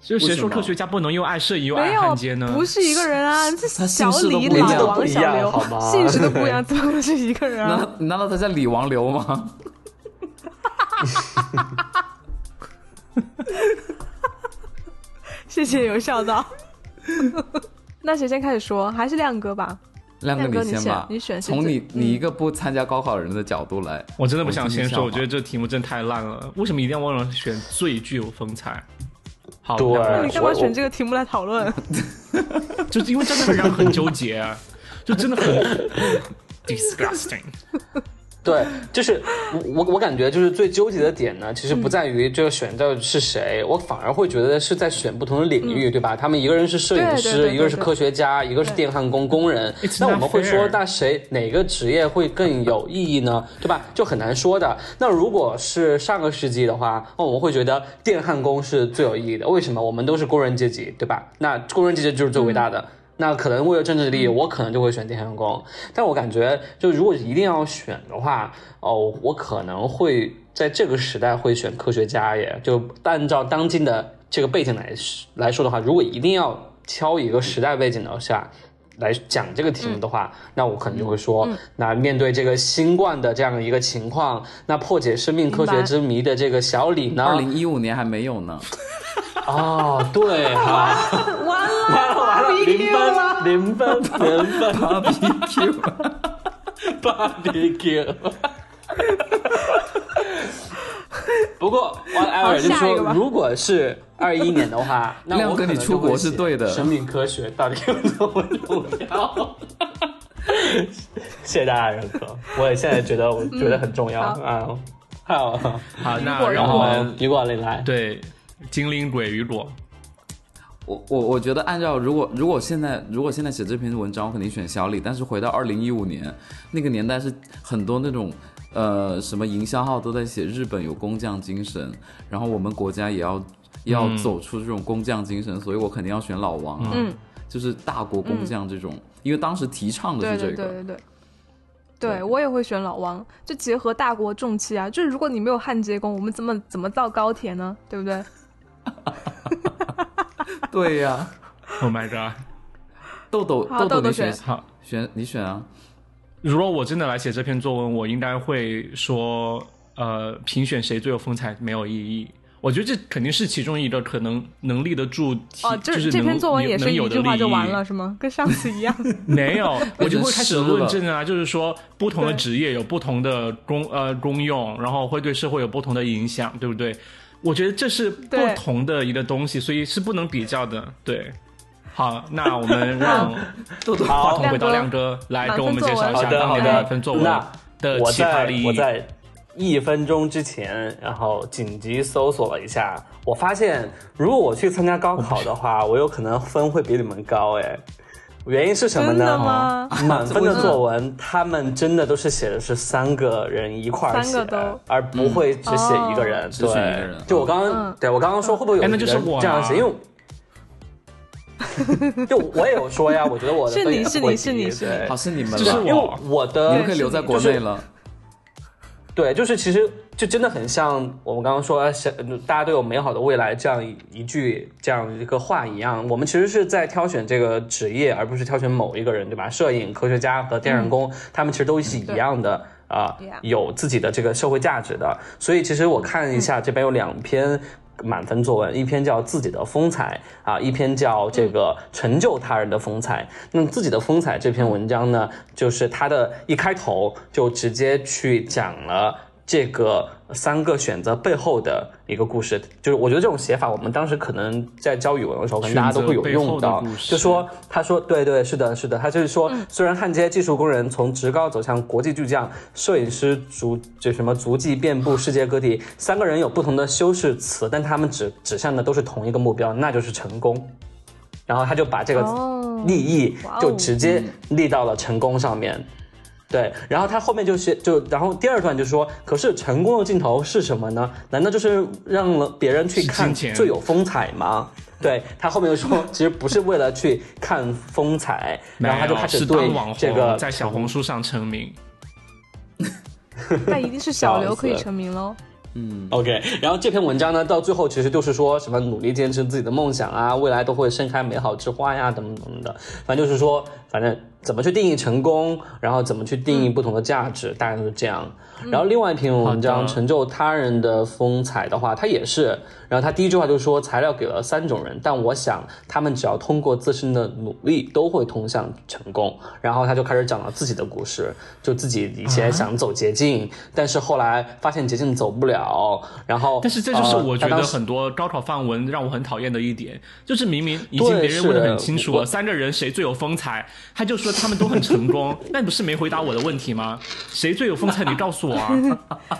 [SPEAKER 1] 就谁
[SPEAKER 2] 为什
[SPEAKER 1] 说
[SPEAKER 2] 么
[SPEAKER 1] 科学家不能又爱摄影又
[SPEAKER 3] 没
[SPEAKER 1] 爱汉
[SPEAKER 3] 有
[SPEAKER 1] 奸呢？，
[SPEAKER 3] 不是一个人啊，这
[SPEAKER 2] 他
[SPEAKER 3] 小
[SPEAKER 2] 姓氏都
[SPEAKER 3] 李、
[SPEAKER 2] 不一
[SPEAKER 3] 老
[SPEAKER 2] 样
[SPEAKER 3] 王、小刘
[SPEAKER 4] 都不一样好，吗
[SPEAKER 3] 姓氏都不一样，怎么会是一个人
[SPEAKER 2] 难
[SPEAKER 3] 啊？
[SPEAKER 2] 道难道他叫李王刘吗？
[SPEAKER 3] 谢谢有笑到。 (laughs) 那谁先开始说？还是亮哥吧。
[SPEAKER 2] 亮哥，
[SPEAKER 3] (laughs) 亮哥你
[SPEAKER 2] 先吧，
[SPEAKER 3] 选你选谁
[SPEAKER 2] 从你
[SPEAKER 3] 最嗯
[SPEAKER 2] 你一个不参加高考的人的角度来，
[SPEAKER 1] 我真的不想先说，
[SPEAKER 2] 我
[SPEAKER 1] 我
[SPEAKER 2] 听
[SPEAKER 1] 觉
[SPEAKER 2] 一
[SPEAKER 1] 得这题目真太烂了。为什么一定要忘了选最具有风采？好，
[SPEAKER 4] 对
[SPEAKER 1] 那
[SPEAKER 3] 那
[SPEAKER 1] 我
[SPEAKER 3] 你干嘛
[SPEAKER 4] 我
[SPEAKER 3] 选这个题目来讨论？
[SPEAKER 1] 就是因为真的很让人很纠结啊，就真的
[SPEAKER 3] (laughs)
[SPEAKER 1] 很 disgusting。
[SPEAKER 4] (laughs) 对，就是我我我感觉就是最纠结的点呢，其实
[SPEAKER 3] 嗯
[SPEAKER 4] 不在于这个选到底是谁，我反而会觉得是在选不同的领域，对吧？他们一个人是摄影
[SPEAKER 3] 嗯
[SPEAKER 4] 师，
[SPEAKER 3] 对对对
[SPEAKER 4] 一个是
[SPEAKER 3] 对
[SPEAKER 4] 科学家，一个是电焊工工人
[SPEAKER 1] It's。
[SPEAKER 4] 那
[SPEAKER 1] not
[SPEAKER 4] 我们会说
[SPEAKER 1] fair，
[SPEAKER 4] 那谁哪个职业会更有意义呢？ (laughs) 对吧？就很难说的。那如果是上个世纪的话，那我们会觉得电焊工是最有意义的。为什么？我们都是工人阶级，对吧？那工人阶级就是最伟大的。那可能为了政治利益，我可能就会选电焊工。但我感觉，就如果一定要选的话，哦，我可能会在这个时代会选科学家耶。就按照当今的这个背景来来说的话，如果一定要挑一个时代背景的下来讲这个题目的话，那我可能就会说，那面对这个新冠的这样一个情况，那破解生命科学之谜的这个小李呢？
[SPEAKER 2] 二零一五年还没有呢，
[SPEAKER 4] 哦，对哈，
[SPEAKER 3] 完了，
[SPEAKER 4] 完了，零
[SPEAKER 2] 啊
[SPEAKER 4] 分，零分，
[SPEAKER 2] (laughs)
[SPEAKER 4] 零分。
[SPEAKER 2] 芭比 Q，
[SPEAKER 4] (laughs) barbecue。不过，on
[SPEAKER 3] 好
[SPEAKER 4] average 就
[SPEAKER 3] 下一
[SPEAKER 4] 说
[SPEAKER 3] 个吧，
[SPEAKER 4] 如果是二一年
[SPEAKER 2] (laughs)
[SPEAKER 4] 的话，那
[SPEAKER 2] 亮
[SPEAKER 4] 我
[SPEAKER 2] 哥
[SPEAKER 4] 可能
[SPEAKER 2] 你
[SPEAKER 4] 就
[SPEAKER 2] 出
[SPEAKER 4] 会
[SPEAKER 2] 国是
[SPEAKER 4] 写
[SPEAKER 2] 对的
[SPEAKER 4] 生命科学到底有多么重要？ (laughs) 谢谢大家认可，我也现在觉得我觉得很重要啊。好，
[SPEAKER 1] 好，那
[SPEAKER 3] 果
[SPEAKER 1] 让
[SPEAKER 4] 我
[SPEAKER 1] 我
[SPEAKER 4] 们
[SPEAKER 1] 们
[SPEAKER 4] 雨果你来。
[SPEAKER 1] 对精灵鬼雨果，
[SPEAKER 2] 我我我觉得按照如果如果现在如果现在写这篇文章，我肯定选小李，但是回到二零一五年那个年代是很多那种。呃，什么营销号都在写日本有工匠精神，然后我们国家也要要走出这种工匠精神，所以我肯定要选老王啊，
[SPEAKER 3] 嗯
[SPEAKER 2] 就是大国工匠这种，因为当时提倡的
[SPEAKER 3] 对
[SPEAKER 2] 是这
[SPEAKER 3] 嗯对
[SPEAKER 2] 个，
[SPEAKER 3] 对对对。对，我也会选老王，就结合大国重器啊，就是如果你没有焊接工，我们怎么怎么造高铁呢？对不对？
[SPEAKER 2] 对呀、
[SPEAKER 1] Oh my god！
[SPEAKER 2] 豆豆
[SPEAKER 3] (laughs) 好
[SPEAKER 2] 豆
[SPEAKER 3] 豆豆
[SPEAKER 2] 你
[SPEAKER 3] 选
[SPEAKER 1] 好，
[SPEAKER 2] 选你选啊，
[SPEAKER 1] 如果我真的来写这篇作文，我应该会说，呃，评选谁最有风采没有意义。我觉得这肯定是其中一个可能能立得住题，
[SPEAKER 3] 哦，
[SPEAKER 1] 就
[SPEAKER 3] 这
[SPEAKER 1] 是
[SPEAKER 3] 这
[SPEAKER 1] 能
[SPEAKER 3] 篇作文
[SPEAKER 1] 有
[SPEAKER 3] 也是
[SPEAKER 1] 能
[SPEAKER 3] 一
[SPEAKER 1] 有的
[SPEAKER 3] 句话
[SPEAKER 1] 利
[SPEAKER 3] 就完
[SPEAKER 1] 益
[SPEAKER 3] 了，是吗？跟上次一
[SPEAKER 2] (laughs)
[SPEAKER 3] 样。
[SPEAKER 1] (laughs) 没有，我就会开始论
[SPEAKER 2] 变成
[SPEAKER 1] 证啊，就是说不同的
[SPEAKER 3] 对
[SPEAKER 1] 职业有不同的功呃功用，然后会对社会有不同的影响，对不对？我觉得这是不
[SPEAKER 3] 对
[SPEAKER 1] 同的一个东西，所以是不能比较的。对，好，那我们让话
[SPEAKER 4] 好
[SPEAKER 1] 筒回到
[SPEAKER 3] 亮
[SPEAKER 1] 亮哥来
[SPEAKER 3] 满
[SPEAKER 1] 给我
[SPEAKER 3] 分
[SPEAKER 1] 们
[SPEAKER 3] 作
[SPEAKER 1] 介绍一
[SPEAKER 3] 文
[SPEAKER 1] 下
[SPEAKER 4] 好的
[SPEAKER 1] 当
[SPEAKER 4] 好
[SPEAKER 1] 年
[SPEAKER 4] 的
[SPEAKER 1] 满分作文
[SPEAKER 4] 那
[SPEAKER 1] 的
[SPEAKER 4] 我
[SPEAKER 1] 奇葩
[SPEAKER 4] 在
[SPEAKER 1] 利益。
[SPEAKER 4] 我在一分钟之前，然后紧急搜索了一下，我发现如果我去参加高考的话，我有可能分会比你们高哎。原因是什么
[SPEAKER 3] 真的
[SPEAKER 4] 呢？
[SPEAKER 3] 吗？
[SPEAKER 4] 满分的作文，他们真的都是写的是三个人一块儿写
[SPEAKER 3] 三个都，哦
[SPEAKER 4] 而不会只写一个人。
[SPEAKER 2] 只
[SPEAKER 4] 对，
[SPEAKER 2] 选一个人
[SPEAKER 4] 就我刚刚
[SPEAKER 3] 嗯，
[SPEAKER 4] 对我刚刚说会不会有
[SPEAKER 1] 哎那就是
[SPEAKER 4] 人
[SPEAKER 1] 我啊
[SPEAKER 4] 这样写？
[SPEAKER 3] (laughs)
[SPEAKER 4] 因为我就我也有说呀，我觉得我的
[SPEAKER 3] 是
[SPEAKER 4] 分
[SPEAKER 3] 你
[SPEAKER 4] 也
[SPEAKER 3] 是
[SPEAKER 4] 不会
[SPEAKER 3] 你是
[SPEAKER 4] 低
[SPEAKER 3] 你是
[SPEAKER 4] 对
[SPEAKER 3] 你
[SPEAKER 2] 好是你们
[SPEAKER 1] 这是
[SPEAKER 2] 了，
[SPEAKER 4] 因为我
[SPEAKER 2] 你
[SPEAKER 4] 的
[SPEAKER 2] 们可以留在国内了。
[SPEAKER 4] 对，就是其实就真的很像我们刚刚说，想大家都有美好的未来这样一一句这样一个话一样，我们其实是在挑选这个职业，而不是挑选某一个人，对吧？摄影、科学家和电焊工，他们其实都是一样的。啊、
[SPEAKER 3] Yeah
[SPEAKER 4] 有自己的这个社会价值的，所以其实我看一下，
[SPEAKER 1] 嗯
[SPEAKER 4] 这边有两篇满分作文，一篇叫《自己的风采》啊，一篇叫这个《成就他人的风采》。那么《自己的风采》这篇文章呢，就是它的一开头就直接去讲了。这个三个选择背后的一个故事，就是我觉得这种写法，我们当时可能在教语文的时候，可能大家都会有用
[SPEAKER 1] 选择背
[SPEAKER 4] 到
[SPEAKER 1] 后的故。事
[SPEAKER 4] 就说他说对对是的是的，他就是说，
[SPEAKER 3] 嗯
[SPEAKER 4] 虽然焊接技术工人从职高走向国际巨匠，摄影师足就什么足迹遍布世界各地，三个人有不同的修饰词，但他们指指向的都是同一个目标，那就是成功。然后他就把这个
[SPEAKER 3] 嗯哦
[SPEAKER 4] 利益
[SPEAKER 3] 哇哦
[SPEAKER 4] 就直接立到了成功上面。对，然后他后面就是就，然后第二段就说，可是成功的尽头是什么呢？难道就是让了别人去
[SPEAKER 1] 是
[SPEAKER 4] 看
[SPEAKER 1] 金钱
[SPEAKER 4] 最有风采吗？对他后面又说， (laughs) 其实不是为了去看风采，然后他就
[SPEAKER 1] 没有
[SPEAKER 4] 开始
[SPEAKER 1] 哦是
[SPEAKER 4] 对
[SPEAKER 1] 当网红，
[SPEAKER 4] 这个
[SPEAKER 1] 在小红书上成名，
[SPEAKER 3] 那一定是小刘可以
[SPEAKER 4] 笑死
[SPEAKER 3] 成名喽。
[SPEAKER 4] OK，然后这篇文章呢，到最后其实就是说什么努力坚持自己的梦想啊，未来都会盛开美好之花呀，怎么怎么的，反正就是说，反正怎么去定义成功，然后怎么去定义
[SPEAKER 1] 嗯
[SPEAKER 4] 不同的价值，大概就是这样。然后另外一篇文
[SPEAKER 1] 好
[SPEAKER 4] 章
[SPEAKER 1] 的
[SPEAKER 4] 《成就他人的风采》的话，它也是，然后他第一句话就说材料给了三种人，但我想他们只要通过自身的努力，都会通向成功。然后他就开始讲了自己的故事，就自己以前想走捷径，但是后来发现捷径走不了，然后
[SPEAKER 1] 但是这就是
[SPEAKER 4] 呃
[SPEAKER 1] 我觉
[SPEAKER 4] 他
[SPEAKER 1] 得
[SPEAKER 4] 当时
[SPEAKER 1] 很多高考范文让我很讨厌的一点，就是明明已经
[SPEAKER 4] 对
[SPEAKER 1] 别人问的
[SPEAKER 4] 是
[SPEAKER 1] 很清楚
[SPEAKER 4] 我
[SPEAKER 1] 了，三个人谁最有风采，他就说他们都很成功， (laughs) 那你不是没回答我的问题吗？谁最有风采？你告诉我
[SPEAKER 4] (laughs)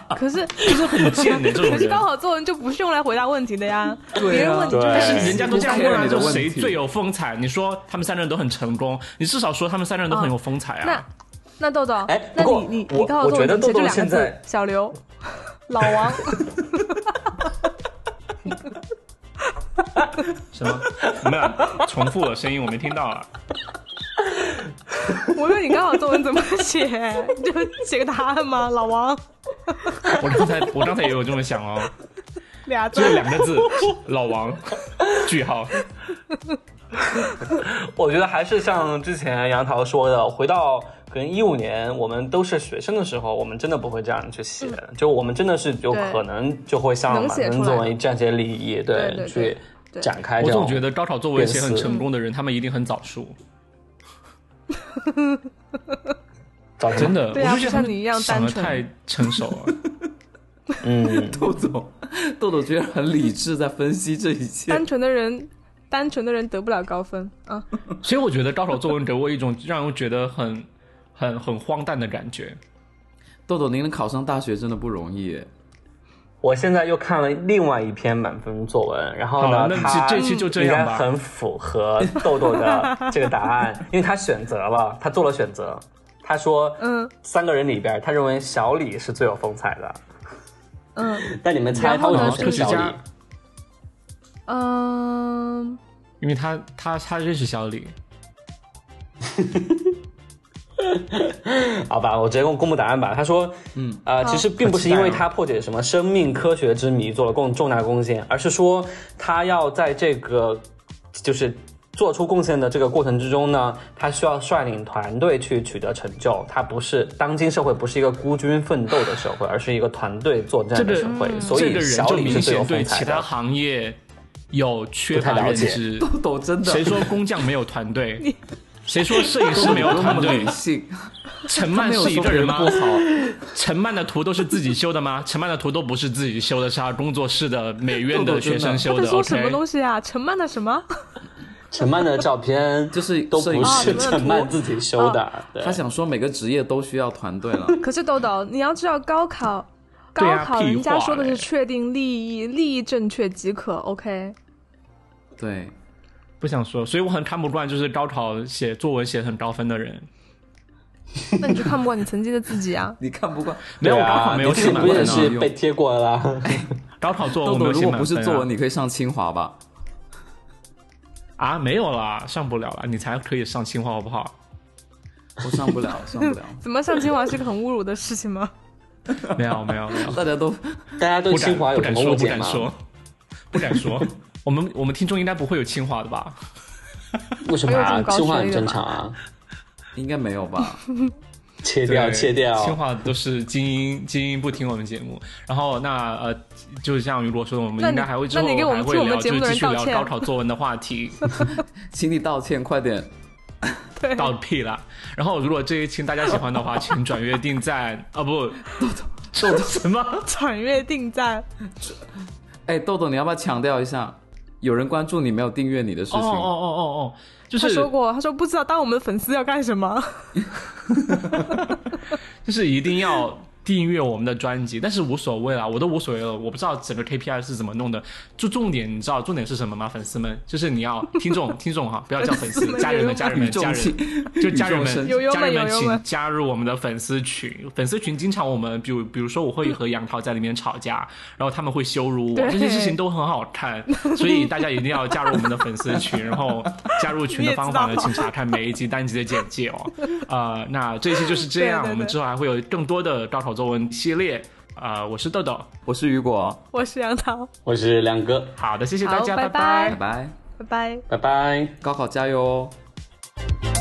[SPEAKER 1] 啊！
[SPEAKER 3] 可是，
[SPEAKER 1] (laughs) 就是很贱的这种
[SPEAKER 3] 可是
[SPEAKER 1] 人
[SPEAKER 3] 高。考作文就不是用来回答问题的呀。
[SPEAKER 2] 对啊
[SPEAKER 3] 别人问你就
[SPEAKER 4] 对
[SPEAKER 1] 但是
[SPEAKER 3] 是
[SPEAKER 1] 人家都这样问了，
[SPEAKER 2] 你的
[SPEAKER 1] 就
[SPEAKER 2] 问
[SPEAKER 1] 谁
[SPEAKER 2] 题
[SPEAKER 1] 最有风采？你说他们三个人都很成功，你至少说他们三个人都很有风采
[SPEAKER 3] 那
[SPEAKER 1] 啊！
[SPEAKER 3] 那豆豆
[SPEAKER 4] 哎，
[SPEAKER 3] 那
[SPEAKER 4] 不过
[SPEAKER 3] 你你
[SPEAKER 4] 我
[SPEAKER 3] 你高考作
[SPEAKER 4] 我觉
[SPEAKER 3] 文
[SPEAKER 4] 得
[SPEAKER 3] 就
[SPEAKER 4] 豆豆
[SPEAKER 3] 这两个
[SPEAKER 4] 现
[SPEAKER 3] 字
[SPEAKER 4] 在：
[SPEAKER 3] 小刘、 (laughs) 老
[SPEAKER 4] (laughs)
[SPEAKER 3] 王。
[SPEAKER 1] 什么？你们俩重复了声音，我没听到
[SPEAKER 4] (laughs)
[SPEAKER 1] 啊！
[SPEAKER 3] 我说你高考作文怎么写？你就写个答案吗？老王
[SPEAKER 1] 我刚才我刚才也有这么想哦，
[SPEAKER 3] 俩字
[SPEAKER 1] 就。两个字，老王，句号。
[SPEAKER 4] 我觉得还是像之前杨桃说的，回到可能一五年，我们都是学生的时候，我们真的不会这样去写，就我们真的是有
[SPEAKER 3] 对
[SPEAKER 4] 可能就会
[SPEAKER 3] 嗯
[SPEAKER 4] 像
[SPEAKER 3] 能
[SPEAKER 4] 满
[SPEAKER 3] 写
[SPEAKER 4] 分
[SPEAKER 3] 出来
[SPEAKER 4] 作文这样些立意，
[SPEAKER 3] 对对
[SPEAKER 4] 去
[SPEAKER 3] 对
[SPEAKER 4] 展开
[SPEAKER 1] 我
[SPEAKER 4] 哎这种。
[SPEAKER 1] 总觉得高考作文写很
[SPEAKER 4] 变
[SPEAKER 1] 成功的人，他们一定很早熟，
[SPEAKER 4] 找什么
[SPEAKER 1] 真，的。
[SPEAKER 3] 对啊
[SPEAKER 1] 我就觉得他
[SPEAKER 3] 不像你
[SPEAKER 1] 们
[SPEAKER 3] 一样
[SPEAKER 1] 想的
[SPEAKER 3] 单纯
[SPEAKER 1] 太成熟了。
[SPEAKER 4] 嗯，
[SPEAKER 2] 豆总，豆总居然很理智在分析这一切
[SPEAKER 3] 单。纯的人，单纯的人得不了高分啊！
[SPEAKER 1] (laughs) 所以我觉得高考作文给我一种让我觉得很、很、很荒诞的感觉。
[SPEAKER 2] 豆豆，您能考上大学真的不容易耶。
[SPEAKER 4] 我现在又看了另外一篇满分作文，然后
[SPEAKER 1] 好了
[SPEAKER 4] 呢，，
[SPEAKER 1] 哦那
[SPEAKER 4] 它
[SPEAKER 1] 这这期就这
[SPEAKER 4] 哦应该
[SPEAKER 1] 样吧。
[SPEAKER 4] 很符合豆豆的这个答案，因为他选择了，他做了选择。他说，
[SPEAKER 3] 嗯
[SPEAKER 4] 三个人里边，他认为小李是最有风采的。
[SPEAKER 3] 嗯
[SPEAKER 4] 那你们猜
[SPEAKER 3] 然
[SPEAKER 4] 他
[SPEAKER 3] 后
[SPEAKER 4] 为
[SPEAKER 3] 呢
[SPEAKER 4] 什么
[SPEAKER 1] 啊
[SPEAKER 4] 选
[SPEAKER 1] 科学
[SPEAKER 4] 小
[SPEAKER 1] 家
[SPEAKER 4] 李？，
[SPEAKER 3] 嗯，
[SPEAKER 1] 因为他他他认识小李，
[SPEAKER 4] 好吧，我直接公公布答案吧。他说，嗯，呃，其实并不是因为
[SPEAKER 1] 哦
[SPEAKER 4] 他破解什么生命科学之谜做了贡重大贡献，而是说他要在这个就是做出贡献的这个过程之中呢，他需要率领团队去取得成就。他不是当今社会不是一个孤军奋斗的社会，而是一个团队作战的社会。所
[SPEAKER 1] 这
[SPEAKER 4] 以
[SPEAKER 1] 个人
[SPEAKER 4] 小
[SPEAKER 1] 就
[SPEAKER 4] 李
[SPEAKER 1] 明
[SPEAKER 4] 是最有
[SPEAKER 1] 显对
[SPEAKER 4] 风采
[SPEAKER 1] 其他
[SPEAKER 4] 的。
[SPEAKER 1] 行业有缺
[SPEAKER 4] 不
[SPEAKER 1] 乏
[SPEAKER 4] 太了
[SPEAKER 1] 认
[SPEAKER 4] 解 (laughs)
[SPEAKER 1] 知。
[SPEAKER 2] 豆豆真的，
[SPEAKER 1] 谁说工匠没有团队？谁说摄影师没有
[SPEAKER 2] 有那
[SPEAKER 1] 团
[SPEAKER 2] 么
[SPEAKER 1] 队
[SPEAKER 2] 理？性？
[SPEAKER 1] 陈
[SPEAKER 2] 他
[SPEAKER 1] 曼
[SPEAKER 2] 没有
[SPEAKER 1] 是一
[SPEAKER 2] 说
[SPEAKER 1] 个人吗
[SPEAKER 2] 不？好，
[SPEAKER 1] 陈曼的图都是自己修的吗？陈曼的图都不是自己修的，是他工作室的美院的学生
[SPEAKER 3] 他
[SPEAKER 1] 修
[SPEAKER 3] 在
[SPEAKER 1] 的。
[SPEAKER 3] 说什么
[SPEAKER 1] OK，
[SPEAKER 3] 东西啊？陈曼的什么？
[SPEAKER 4] 陈曼的
[SPEAKER 1] (laughs)
[SPEAKER 4] 照片
[SPEAKER 2] 就是
[SPEAKER 4] 都
[SPEAKER 2] 摄影
[SPEAKER 4] 不是
[SPEAKER 1] 哦
[SPEAKER 2] 师
[SPEAKER 4] 陈曼自己修的，对
[SPEAKER 2] 他想说每个职业都需要团队了。
[SPEAKER 3] 可是豆豆，你要知道高考，
[SPEAKER 1] 对
[SPEAKER 3] 高
[SPEAKER 1] 啊
[SPEAKER 3] 考
[SPEAKER 1] 屁
[SPEAKER 3] 人家
[SPEAKER 1] 话
[SPEAKER 3] 说的
[SPEAKER 1] 嘞
[SPEAKER 3] 是确定利益，利益正确即可。OK，
[SPEAKER 1] (laughs)
[SPEAKER 2] 对，！
[SPEAKER 1] 不想说，所以我很看不惯，就是高考写作文写得很高分的人。
[SPEAKER 3] 那你就看不惯你曾经的自己啊
[SPEAKER 2] 你看不惯。
[SPEAKER 1] 没有，
[SPEAKER 4] 对
[SPEAKER 1] 我
[SPEAKER 4] 啊
[SPEAKER 1] 高考没有
[SPEAKER 4] 你自
[SPEAKER 1] 写
[SPEAKER 4] 己
[SPEAKER 1] 满
[SPEAKER 4] 不
[SPEAKER 1] 分
[SPEAKER 4] 也
[SPEAKER 1] 啊
[SPEAKER 4] 是被贴过了？
[SPEAKER 1] 高考作文我
[SPEAKER 2] 豆
[SPEAKER 1] 没
[SPEAKER 2] 豆，
[SPEAKER 1] 有
[SPEAKER 2] 如
[SPEAKER 1] 写
[SPEAKER 2] 果
[SPEAKER 1] 满
[SPEAKER 2] 不
[SPEAKER 1] 分啊
[SPEAKER 2] 是作文，你可以上清华吧？
[SPEAKER 1] 啊，没有啦，上不了啦，你才可以上清华好不
[SPEAKER 4] (laughs)
[SPEAKER 1] 好？
[SPEAKER 2] 我上不了，上不了。
[SPEAKER 3] 怎么上清华是个很侮辱的事
[SPEAKER 1] (laughs)
[SPEAKER 3] 情吗？
[SPEAKER 1] 没有没有没有，
[SPEAKER 2] 大家都
[SPEAKER 4] 大家对
[SPEAKER 1] 不
[SPEAKER 4] 清
[SPEAKER 1] 敢
[SPEAKER 4] 华
[SPEAKER 1] 不
[SPEAKER 4] 有什
[SPEAKER 1] 敢
[SPEAKER 4] 么
[SPEAKER 1] 说不
[SPEAKER 4] 误解
[SPEAKER 1] 敢
[SPEAKER 4] 吗？
[SPEAKER 1] 说，不敢说。我们我们听众应该不会有清华的吧？
[SPEAKER 4] 为什么
[SPEAKER 3] 还有
[SPEAKER 4] 啊？
[SPEAKER 3] 哎这么高
[SPEAKER 4] 清华
[SPEAKER 3] 学
[SPEAKER 4] 很
[SPEAKER 3] 历的
[SPEAKER 4] 正
[SPEAKER 3] 吗
[SPEAKER 4] 常啊，
[SPEAKER 2] 应该没有吧？
[SPEAKER 4] 切掉，
[SPEAKER 1] 对
[SPEAKER 4] 啊切掉。
[SPEAKER 1] 清华都是精英，精英不听我们节目。然后那呃，就像雨果说的，我们
[SPEAKER 3] 那
[SPEAKER 1] 应该
[SPEAKER 3] 你
[SPEAKER 1] 还会之
[SPEAKER 3] 那
[SPEAKER 1] 后
[SPEAKER 3] 你给我们
[SPEAKER 1] 还会
[SPEAKER 3] 听我们
[SPEAKER 1] 聊，
[SPEAKER 3] 节
[SPEAKER 1] 就
[SPEAKER 3] 目
[SPEAKER 1] 是
[SPEAKER 3] 的
[SPEAKER 1] 继
[SPEAKER 3] 人
[SPEAKER 1] 续聊
[SPEAKER 3] 道歉
[SPEAKER 1] 高考作文的话题，
[SPEAKER 2] 请你道歉，快点。
[SPEAKER 1] (laughs)
[SPEAKER 3] 对，
[SPEAKER 1] 到屁了。然后如果这一期大家喜欢的话，请转约定赞啊不， (laughs) 豆豆什么？
[SPEAKER 3] 转阅定赞。
[SPEAKER 2] 哎，豆豆，你要不要强调一下？有人关注你没有订阅你的事
[SPEAKER 1] 哦
[SPEAKER 2] 情？
[SPEAKER 1] 哦哦哦哦，就
[SPEAKER 3] 他
[SPEAKER 1] 是
[SPEAKER 3] 说过，他说不知道当我们的粉丝要干什么。
[SPEAKER 1] 就是一定要订阅我们的专辑，但是无所谓啦，我都无所谓了，我不知道整个 KPI 是怎么弄的。就重点，你知道重点是什么吗？粉丝们，就是你要听众听众哈，不要叫粉
[SPEAKER 3] (laughs)
[SPEAKER 1] 丝，
[SPEAKER 3] 粉丝们
[SPEAKER 1] 家人们家人们
[SPEAKER 2] 语
[SPEAKER 1] 哦
[SPEAKER 2] 重
[SPEAKER 1] 家人
[SPEAKER 2] 心 (laughs)
[SPEAKER 1] 就家人
[SPEAKER 2] 语重
[SPEAKER 1] 们
[SPEAKER 2] 心
[SPEAKER 3] 友友
[SPEAKER 1] 家人
[SPEAKER 3] 们
[SPEAKER 1] 们
[SPEAKER 3] 友友们
[SPEAKER 1] 请加入我们的粉丝群，粉丝群经常我们比如比如说我会和杨桃在里面吵
[SPEAKER 3] (laughs)
[SPEAKER 1] 架，然后他们会羞辱我，
[SPEAKER 3] 对
[SPEAKER 1] 这些事情都很好
[SPEAKER 3] (laughs)
[SPEAKER 1] 看，所以大家一定要加入我们的粉丝群，然后加入群的方法
[SPEAKER 3] 你也
[SPEAKER 1] 呢，
[SPEAKER 3] 知道
[SPEAKER 1] 请查看每一集单集的简介
[SPEAKER 3] (laughs)
[SPEAKER 1] 哦。呃，那这一期就是这样，
[SPEAKER 3] 对对对
[SPEAKER 1] 我们之后还会有更多的高考作文系列。呃，我是豆豆，
[SPEAKER 2] 我是雨果，
[SPEAKER 3] 我是杨桃，
[SPEAKER 4] 我是亮哥，
[SPEAKER 1] 好的，谢谢大
[SPEAKER 3] 好
[SPEAKER 1] 家，
[SPEAKER 3] 拜
[SPEAKER 1] 拜
[SPEAKER 3] 拜
[SPEAKER 2] 拜拜，
[SPEAKER 3] 拜拜。
[SPEAKER 4] 拜拜。
[SPEAKER 2] 高考加油哦！